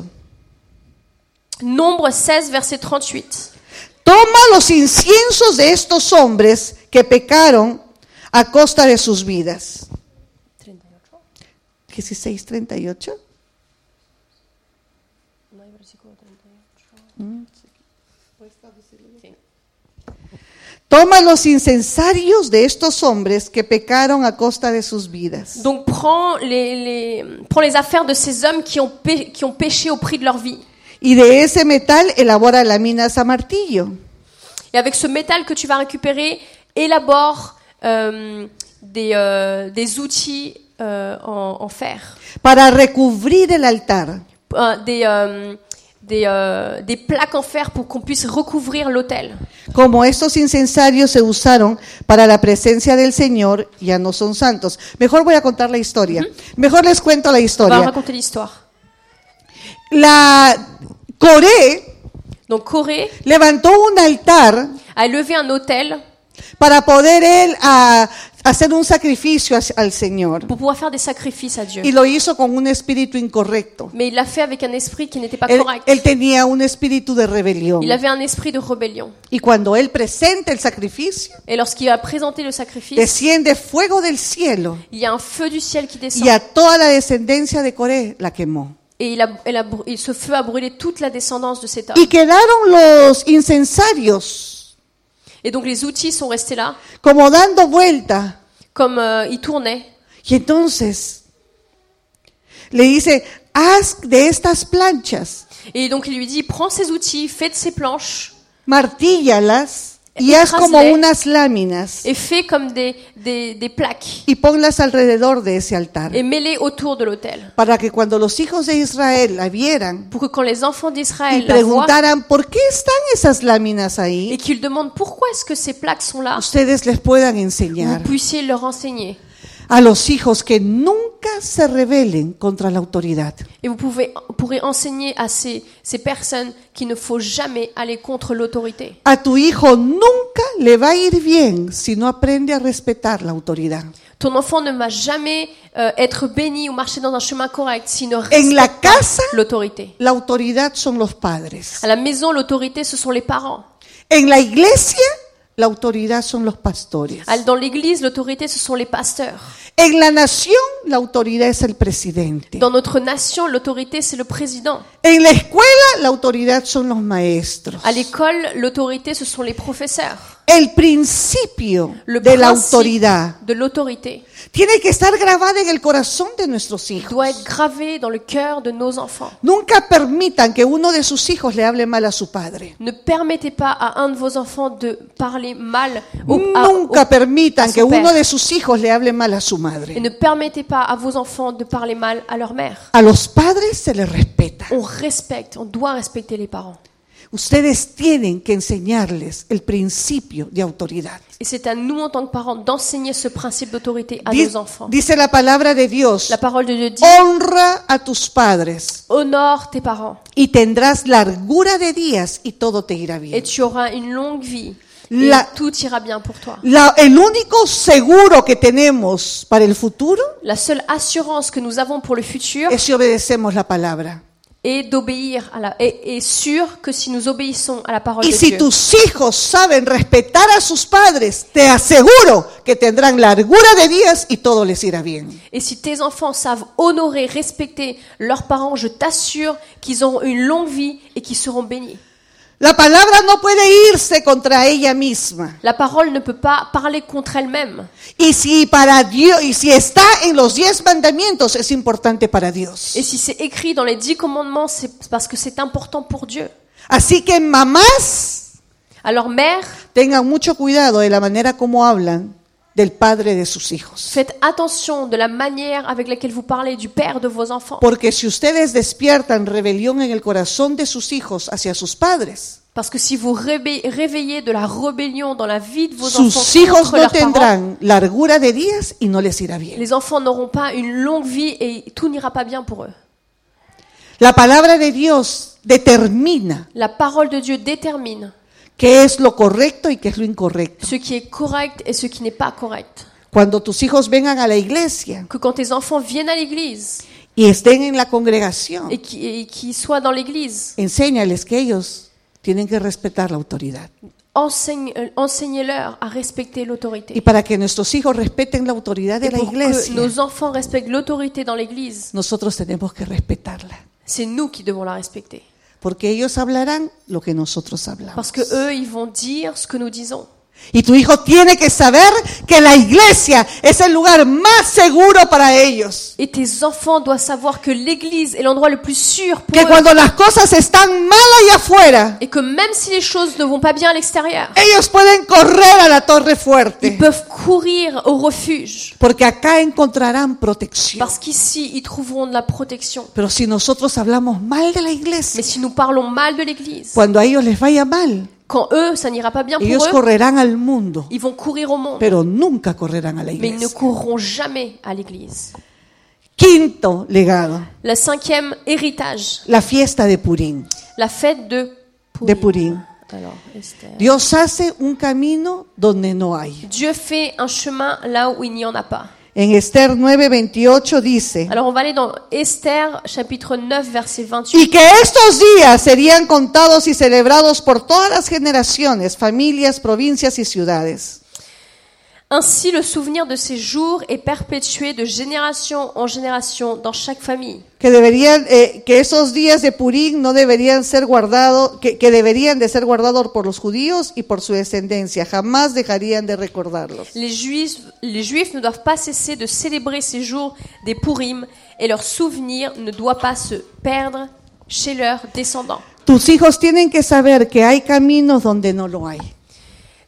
B: Nombre 16, verset 38.
A: Toma los inciensos de estos hombres que pecaron a costa de sus vidas. 16:38. Toma los incensarios de estos hombres que pecaron a costa de sus vidas.
B: Donc prends les, les, prends les affaires de ces hommes qui ont, pé- qui ont péché au prix de leur vie.
A: Y de ese metal elabora láminas a martillo.
B: Et avec ce métal que tu vas récupérer, élabore euh, des, euh, des outils euh, en, en fer,
A: para recubrir el altar.
B: Euh, des, euh, des, euh, des plaques en fer pour qu'on puisse recouvrir l'autel.
A: Como estos incensarios se usaron para la presencia del Señor, ya no son santos. Mejor voy a contar la historia. Mejor les cuento la
B: On va
A: historia.
B: raconter l'histoire.
A: La Coré
B: Donc Corée
A: levantó un altar
B: a levé un autel
A: para poder él ah, hacer un sacrificio as- al Señor.
B: pour pouvoir faire des sacrifices à Dieu.
A: Y lo hizo con un espíritu incorrecto.
B: Mais il l'a fait avec un esprit qui n'était pas
A: Él,
B: correct.
A: él tenía un espíritu de rebelión.
B: Il avait un esprit de rébellion.
A: Y cuando él presenta el sacrificio,
B: Et lorsqu'il a présenté le sacrifice,
A: desciende fuego del cielo
B: il y a un feu du ciel qui descend.
A: y a toda la descendencia de Coré la quemó.
B: Et il a, elle a brû- et ce feu a brûlé toute la descendance de cet homme.
A: Y quedaron los incensarios
B: Et donc les outils sont restés là,
A: como dando vuelta.
B: comme euh, ils tournaient.
A: Y entonces le dice, haz de estas planchas,
B: Et donc il lui dit, prends ces outils, fais de ces planches,
A: martíllalas y haz como unas láminas
B: et fais comme des, des, des plaques,
A: y ponlas alrededor de ese altar.
B: et mets-les autour de l'autel.
A: Para que cuando los hijos de Israel la vieran
B: Pour que quand les enfants
A: y
B: d'Israël la voient,
A: preguntaran, ¿por qué están esas láminas
B: et
A: ahí?
B: qu'ils demandent pourquoi est-ce que ces plaques sont là,
A: Ustedes les puedan
B: vous
A: enseñar.
B: puissiez leur enseigner.
A: a los hijos que nunca se rebelen contra la autoridad.
B: Et vous pouvez, pourrez enseigner à ces, ces personnes qu'il ne faut jamais aller contre l'autorité.
A: A tu hijo nunca le va a ir bien si no aprende a respetar la autoridad.
B: Ton enfant ne va jamais euh, être béni ou marcher dans un chemin correct s'il ne
A: En
B: respecte
A: la casa,
B: l'autorité.
A: la autoridad son los padres.
B: À la maison, l'autorité, ce sont les parents.
A: En la iglesia, la autoridad son los pastores.
B: À- Dans l'église, l'autorité, ce sont les pasteurs.
A: En la nación, la autoridad es el presidente.
B: Dans notre nation, l'autorité, c'est le président.
A: En la escuela, la autoridad son los maestros.
B: À l'école, l'autorité, ce sont les professeurs.
A: El principio
B: Le
A: de la
B: principe
A: autoridad
B: de l'autorité
A: tiene que estar grabada en el corazón de nuestros hijos.
B: doit être gravé dans le cœur de nos enfants.
A: Nunca permitan que uno de sus hijos le hable mal a su padre.
B: Ne permettez pas à un de vos enfants de parler mal au, à- au-
A: Nunca permitan
B: uh, a
A: que
B: su
A: uno
B: père.
A: de sus hijos le hable mal a su
B: et
A: madre.
B: ne permettez pas à vos enfants de parler mal à leur mère.
A: A los padres se les respeta.
B: On respecte, on doit respecter les parents.
A: Ustedes tienen que enseñarles el principio de autoridad.
B: Et c'est à nous, en tant que parents, d'enseigner ce principe d'autorité à
A: Di-
B: nos enfants.
A: dice la palabra de Dios,
B: La parole de Dieu dit
A: honra a tus padres
B: Honore tes parents
A: y tendrás largura de días y todo te irá
B: et
A: bien.
B: tu auras une longue vie. Et
A: La-
B: tout ira bien pour toi.
A: La- el único seguro que tenemos para el futuro
B: La seule assurance que nous avons pour le futur
A: es si obedecemos la palabra.
B: est d'obéir à la. Et, et sûr que si nous obéissons à la parole
A: Y
B: de
A: si
B: Dieu.
A: tus hijos saben respetar a sus padres, te aseguro que tendrán largura de días y todo les irá bien.
B: Et si tes enfants savent honorer, respecter leurs parents, je t'assure qu'ils auront une longue vie et qu'ils seront bénis.
A: La palabra no puede irse contra ella misma.
B: La parole ne peut pas parler contre elle-même.
A: Y si para Dios, y si está en los diez mandamientos, es importante para Dios.
B: Et si c'est écrit dans les dix commandements, c'est parce que c'est important pour Dieu.
A: Así que mamás,
B: Alors mère,
A: tengan mucho cuidado de la manera como hablan del padre de sus hijos.
B: faites attention de la manière avec laquelle vous parlez du père de vos enfants.
A: Porque si ustedes despiertan rebelión en el corazón de sus hijos hacia sus padres,
B: Parce que si vous réve- réveillez de la rébellion dans la vie de vos
A: sus
B: enfants
A: hijos
B: contre
A: no
B: leurs parents,
A: tendrán largura de días y no les irá bien.
B: les enfants n'auront pas une longue vie et tout n'ira pas bien pour eux.
A: La palabra de Dios determina
B: La parole de Dieu détermine
A: qué es lo correcto y qué es lo incorrecto.
B: ce qui est correct et ce qui n'est pas correct.
A: Cuando tus hijos vengan a la iglesia
B: Que quand tes enfants viennent à l'église
A: y estén en la congregación,
B: et qui et qu'ils soient dans l'église,
A: enséñales que ellos tienen que respetar la autoridad.
B: enseigne- euh, enseignez-leur à respecter l'autorité.
A: Y para que nuestros hijos respeten la autoridad de
B: Et
A: la
B: pour que
A: iglesia,
B: nos enfants respectent l'autorité dans l'Église,
A: nosotros tenemos que respetarla.
B: c'est nous qui devons la respecter.
A: Porque ellos hablarán lo que nosotros hablamos.
B: Parce que eux, ils vont dire ce que nous disons.
A: Y tu hijo tiene que saber que la iglesia es el lugar más seguro para ellos.
B: Et tes enfants doivent savoir que l'Église est l'endroit le plus sûr pour
A: Que
B: eux.
A: cuando las cosas están mal allá afuera,
B: Et que même si les choses ne vont pas bien à l'extérieur,
A: ellos pueden correr a la torre
B: ils
A: fuerte.
B: peuvent courir au refuge.
A: Porque acá encontrarán protección.
B: Parce qu'ici, ils trouveront de la protection.
A: Pero si nosotros hablamos mal de la
B: Mais
A: iglesia,
B: si nous parlons mal de l'Église,
A: cuando a ellos les vaya mal,
B: quand eux, ça n'ira pas bien
A: ellos
B: pour eux,
A: correrán al mundo.
B: ils vont courir au monde.
A: Pero nunca correrán a la
B: Mais ils ne
A: iglesia.
B: courront jamais à l'Église.
A: Quinto legado,
B: Le cinquième héritage,
A: la fiesta de Purim.
B: la fête de
A: De
B: Purim.
A: Purim.
B: Alors, Esther.
A: Dios hace un camino donde no hay.
B: Dieu fait un chemin là où il n'y en a pas.
A: En Esther 9:28 dice,
B: Alors on va aller dans Esther chapitre 9 verset 28.
A: y que estos días serían contados y celebrados por todas las generaciones, familias, provincias y ciudades.
B: Ainsi le souvenir de ces jours est perpétué de génération en génération dans chaque famille.
A: Que deberían, eh, que esos días de Purim no deberían ser guardados, que, que deberían de ser guardados por los judíos y por su descendencia. Jamás dejarían de recordarlos.
B: Les juifs, les juifs ne doivent pas cesser de célébrer ces jours des Pourim et leur souvenir ne doit pas se perdre chez leurs descendants.
A: Tus hijos tienen que saber que hay caminos donde no lo hay.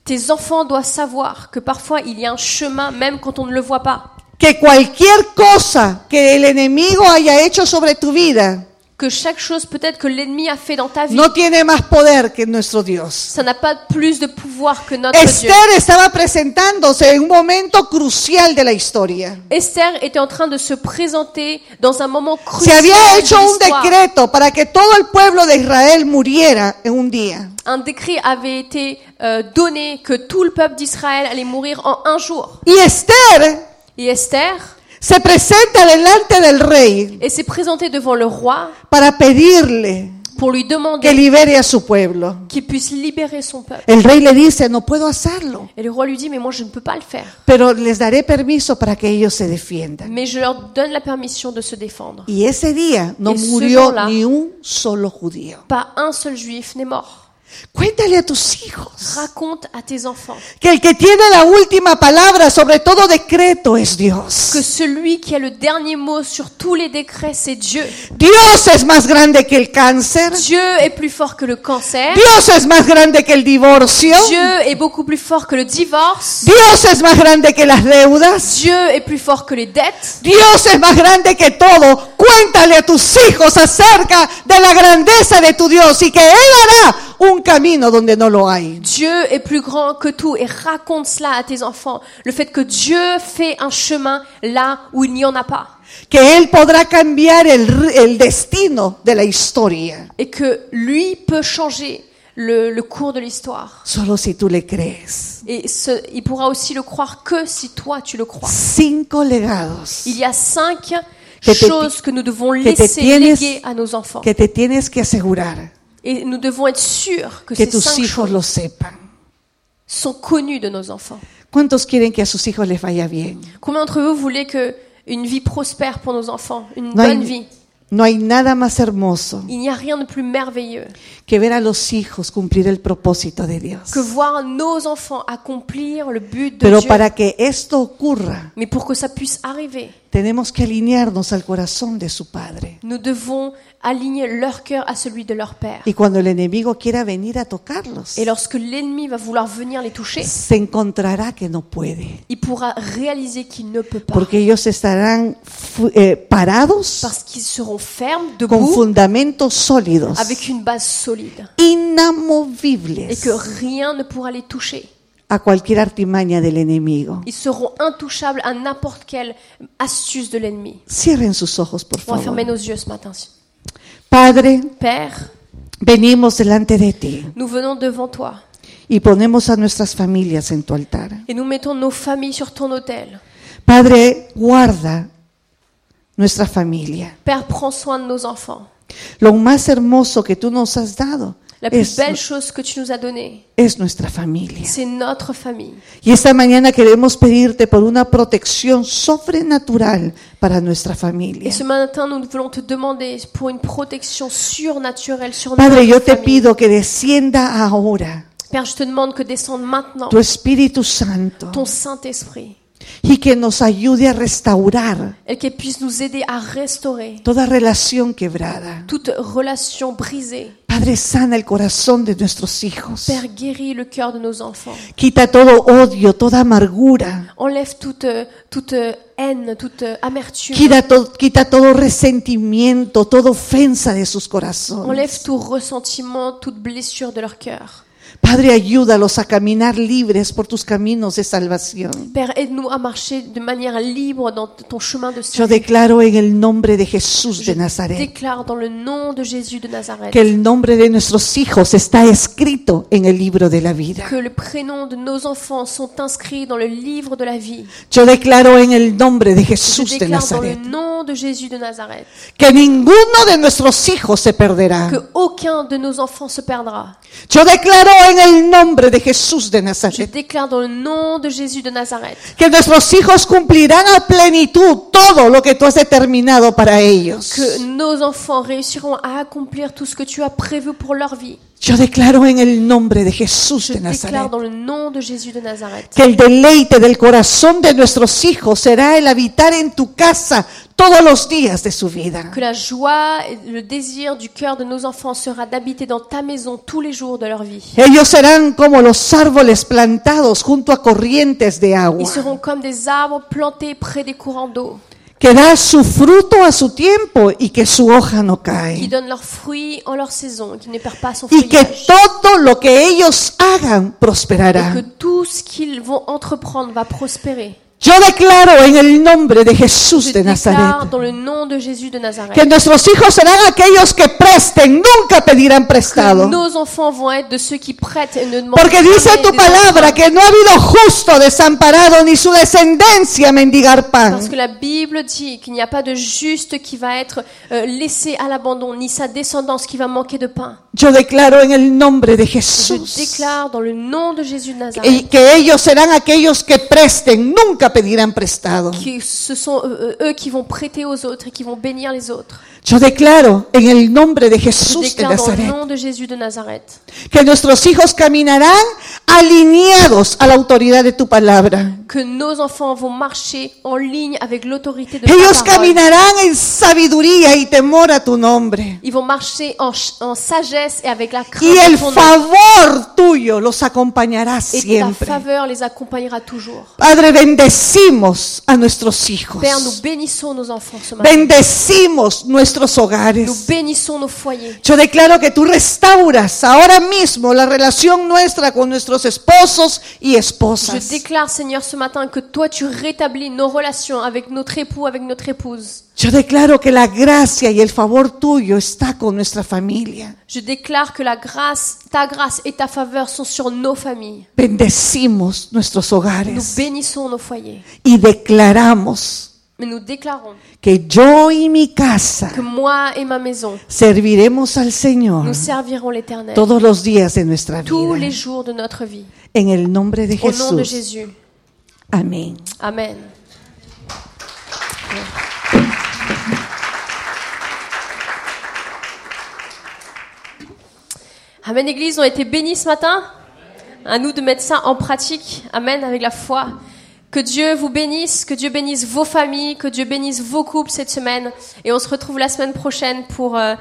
B: Tes enfants doivent savoir que parfois il y a un chemin même quand on ne le voit pas.
A: Que cualquier cosa que el enemigo haya hecho sobre tu vida
B: Que chaque chose peut-être que l'ennemi a fait dans ta vie
A: no tiene más poder que nuestro Dios.
B: Ça n'a pas plus de pouvoir que notre Dieu.
A: Esther estaba presentándose en un momento crucial de la historia.
B: Esther était en train de se présenter dans un moment
A: Se
B: crucial
A: había
B: de
A: hecho un
B: l'histoire.
A: decreto para que todo el pueblo de Israel muriera en un día.
B: Un décret avait été euh, donné que tout le peuple d'Israël allait mourir en un jour.
A: Y Esther
B: Et Esther,
A: se presenta delante del rey
B: elle s'est présentée devant le roi
A: para pedirle
B: pour lui
A: que
B: demander
A: libere a su pueblo.
B: qu'il puisse libérer son peuple.
A: El rey le dice, no puedo hacerlo,
B: Et le roi lui dit, mais moi je ne peux pas le faire.
A: pero les daré permiso para que ellos se defiendan.
B: Mais je leur donne la permission de se défendre.
A: Y ese día no
B: Y
A: murió
B: según la-
A: ni un solo judío.
B: Pas un seul juif n'est mort.
A: Cuéntale a tus hijos
B: Raconte à tes enfants
A: que el que tiene la última palabra sobre todo decreto es Dios.
B: que celui qui a le dernier mot sur tous les décrets, c'est Dieu.
A: Dios es más grande que el cáncer.
B: Dieu est plus fort que le cancer.
A: Dios es más grande que el divorcio.
B: Dieu est beaucoup plus fort que le divorce.
A: Dios es más grande que las deudas.
B: Dieu est plus fort que les dettes.
A: Dios es más grande que todo. Cuéntale a tus hijos acerca de la grandeza de tu Dios y que Él hará un camino donde no lo hay.
B: Dieu est plus grand que tout et raconte cela à tes enfants. Le fait que Dieu fait un chemin là où il n'y en a pas
A: Que Él podrá cambiar el, r- el destino de la historia.
B: et que lui peut changer le, le cours de l'histoire.
A: Solo si tú le crees.
B: Et ce, il pourra aussi le croire que si toi tu le crois.
A: Cinco legados
B: Il y a cinq
A: Que te-
B: choses que nous devons
A: te
B: laisser
A: tienes-
B: léguer à nos enfants.
A: que te tienes que asegurar
B: Et nous devons être sûrs que
A: que
B: ces
A: tus
B: cinq
A: hijos
B: choses
A: lo sepan.
B: sont connues de nos enfants.
A: ¿Cuántos quieren que a sus hijos les vaya bien?
B: Combien d'entre vous voulez que une vie prospère pour nos enfants, une
A: No
B: bonne
A: hay,
B: vie
A: no hay nada más hermoso
B: Il n'y a rien de plus merveilleux
A: que ver a los hijos cumplir el propósito de Dios.
B: que voir nos enfants accomplir le but de
A: Pero
B: Dieu.
A: para que esto ocurra,
B: Mais pour que ça puisse arriver,
A: tenemos que alinearnos al corazón de su Padre.
B: nous devons aligner leur cœur à celui de leur père.
A: Y cuando el enemigo quiera venir a tocarlos,
B: Et lorsque l'ennemi va vouloir venir les toucher,
A: se encontrará que no puede,
B: il pourra réaliser qu'il ne peut pas.
A: porque ellos estarán fu- eh, parados
B: Parce qu'ils seront fermes,
A: con
B: debout,
A: fundamentos sólidos,
B: avec une base solide. Et
A: inamovibles
B: que rien ne pourra les toucher.
A: a cualquier artimaña del enemigo.
B: Ils seront intouchables à n'importe quelle astuce de l'ennemi.
A: Cierren sus ojos, por
B: On va fermer
A: favor.
B: nos yeux ce matin.
A: Padre,
B: Père,
A: venimos delante de ti
B: nous venons devant toi
A: y ponemos a nuestras familias en tu altar.
B: et nous mettons nos familles sur ton autel.
A: Padre, guarda nuestra familia.
B: Père, prends soin de nos enfants.
A: Lo más hermoso que tú nos has dado
B: La plus
A: es,
B: belle chose que tu nous as donnée,
A: es nuestra familia.
B: c'est notre famille.
A: Y esta mañana queremos pedirte por una protección sobrenatural para nuestra
B: Et
A: familia.
B: ce matin, nous voulons te demander pour une protection surnaturelle sur notre
A: Padre, yo te
B: famille.
A: pido que descienda ahora
B: Père, je te demande que descende maintenant
A: tu Espíritu Santo
B: ton Saint-Esprit
A: y que nos ayude a restaurar
B: et qu'il puisse nous aider à restaurer
A: toda relación quebrada.
B: toute relation brisée.
A: Padre, sana el corazón de nuestros hijos.
B: Père, guéris le cœur de nos enfants.
A: Quita todo odio, toda amargura.
B: Enlève toute, euh, toute euh, haine, toute euh, amertume.
A: Quita, to- quita todo resentimiento, toda ofensa de sus corazones.
B: Enlève tout ressentiment, toute blessure de leur cœur.
A: Padre, ayúdalos a caminar libres por tus caminos de salvación.
B: Père, aide-nous à marcher de manière libre dans t- ton chemin de
A: Yo
B: salut.
A: declaro en el nombre de Jesús de
B: Je
A: Nazaret
B: déclare dans le nom de Jésus de Nazareth
A: que el nombre de nuestros hijos está escrito en el libro de la vida.
B: que le prénom de nos enfants sont inscrits dans le livre de la vie.
A: Yo declaro en el nombre de
B: Je
A: Jesús de
B: déclare dans le
A: Nazaret
B: nom de Jésus de Nazareth
A: que ninguno de nuestros hijos se
B: que
A: perderá.
B: aucun de nos enfants se perdra.
A: Yo declaro en el nombre de Jesús de
B: Je
A: Nazaret
B: déclare dans le nom de Jésus de Nazareth
A: Que nuestros hijos cumplirán a plenitud todo lo que tú has determinado para ellos.
B: que nos enfants réussiront à accomplir tout ce que tu as prévu pour leur vie.
A: Yo declaro en el nombre de Jesús de
B: Je déclare
A: Nazaret
B: dans le nom de Jésus de Nazareth
A: que el deleite del corazón de nuestros hijos será el habitar en tu casa todos los días de su vida.
B: que la joie et le désir du cœur de nos enfants sera d'habiter dans ta maison tous les jours de leur vie.
A: Ellos serán como los árboles plantados junto a corrientes de
B: Ils
A: agua,
B: seront comme des arbres plantés près des courants d'eau,
A: que da su fruto a su tiempo y que su hoja no
B: qui
A: cae.
B: donnent leurs fruits en leur saison, qui ne perdent pas son
A: Y que
B: feuillage.
A: todo lo que ellos hagan
B: Et
A: prosperará.
B: que tout ce qu'ils vont entreprendre va prospérer.
A: Yo declaro en el nombre de
B: Je
A: Jesús de
B: déclare
A: Nazaret
B: dans le nom de Jésus de
A: que
B: Nazareth
A: nuestros hijos serán aquellos que presten, nunca pedirán
B: que
A: prestado.
B: nos enfants vont être de ceux qui prêtent et ne demandent
A: Porque dice
B: jamais
A: tu
B: des
A: palabra
B: emprunts.
A: que no ha habido justo desamparado ni su descendencia mendigar
B: Parce
A: pan.
B: que la Bible dit qu'il n'y a pas de juste qui va être euh, laissé à l'abandon, ni sa descendance qui va manquer de pain.
A: Yo declaro en el nombre de
B: Je
A: Jesús
B: déclare dans le nom de Jésus de
A: y
B: Nazareth
A: que ellos serán aquellos que presten, nunca ahora pedirán prestado.
B: qui, ce sont euh, eux qui vont prêter aux autres et qui vont bénir les autres.
A: Yo declaro en el nombre de
B: Je
A: Jesús de
B: déclare dans le
A: Nazaret
B: nom de Jésus de Nazareth
A: que nuestros hijos caminarán alineados a la autoridad de tu palabra.
B: que nos enfants vont marcher en ligne avec l'autorité de ta
A: Ellos
B: parole.
A: caminarán en sabiduría y temor a tu nombre.
B: Ils vont marcher en, ch- en sagesse et avec la crainte
A: Y
B: de
A: el
B: ton nom.
A: favor tuyo los acompañará
B: Et ta
A: siempre.
B: faveur les accompagnera toujours.
A: Padre, bendecimos a nuestros hijos.
B: Père, nous bénissons nos enfants ce matin.
A: Bendecimos nuestros
B: Nous
A: hogares.
B: bénissons nos foyers.
A: Yo declaro que tú restauras ahora mismo la relación nuestra con nuestros esposos y esposas.
B: Je déclare, Seigneur, ce matin que toi, tu rétablis nos relations avec notre époux, avec notre épouse.
A: Yo declaro que la gracia y el favor tuyo está con nuestra familia.
B: Je déclare que la grâce, ta grâce et ta faveur sont sur nos familles.
A: Bendecimos nuestros
B: Nous
A: hogares
B: bénissons nos foyers.
A: y declaramos
B: Mais nous déclarons
A: que yo y mi casa
B: que moi et ma maison,
A: serviremos al
B: nous
A: Señor
B: servirons l'éternel
A: todos los días de nuestra
B: tous les
A: vida.
B: jours de notre vie.
A: En el nombre de
B: Au nom de
A: Jesús.
B: Jésus.
A: Amén.
B: Amen. Amen, Église, on a été bénis ce matin. À nous de mettre ça en pratique. Amen, avec la foi. Que Dieu vous bénisse, que Dieu bénisse vos familles, que Dieu bénisse vos couples cette semaine. Et on se retrouve la semaine prochaine pour, euh,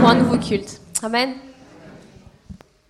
B: pour un nouveau culte. Amen.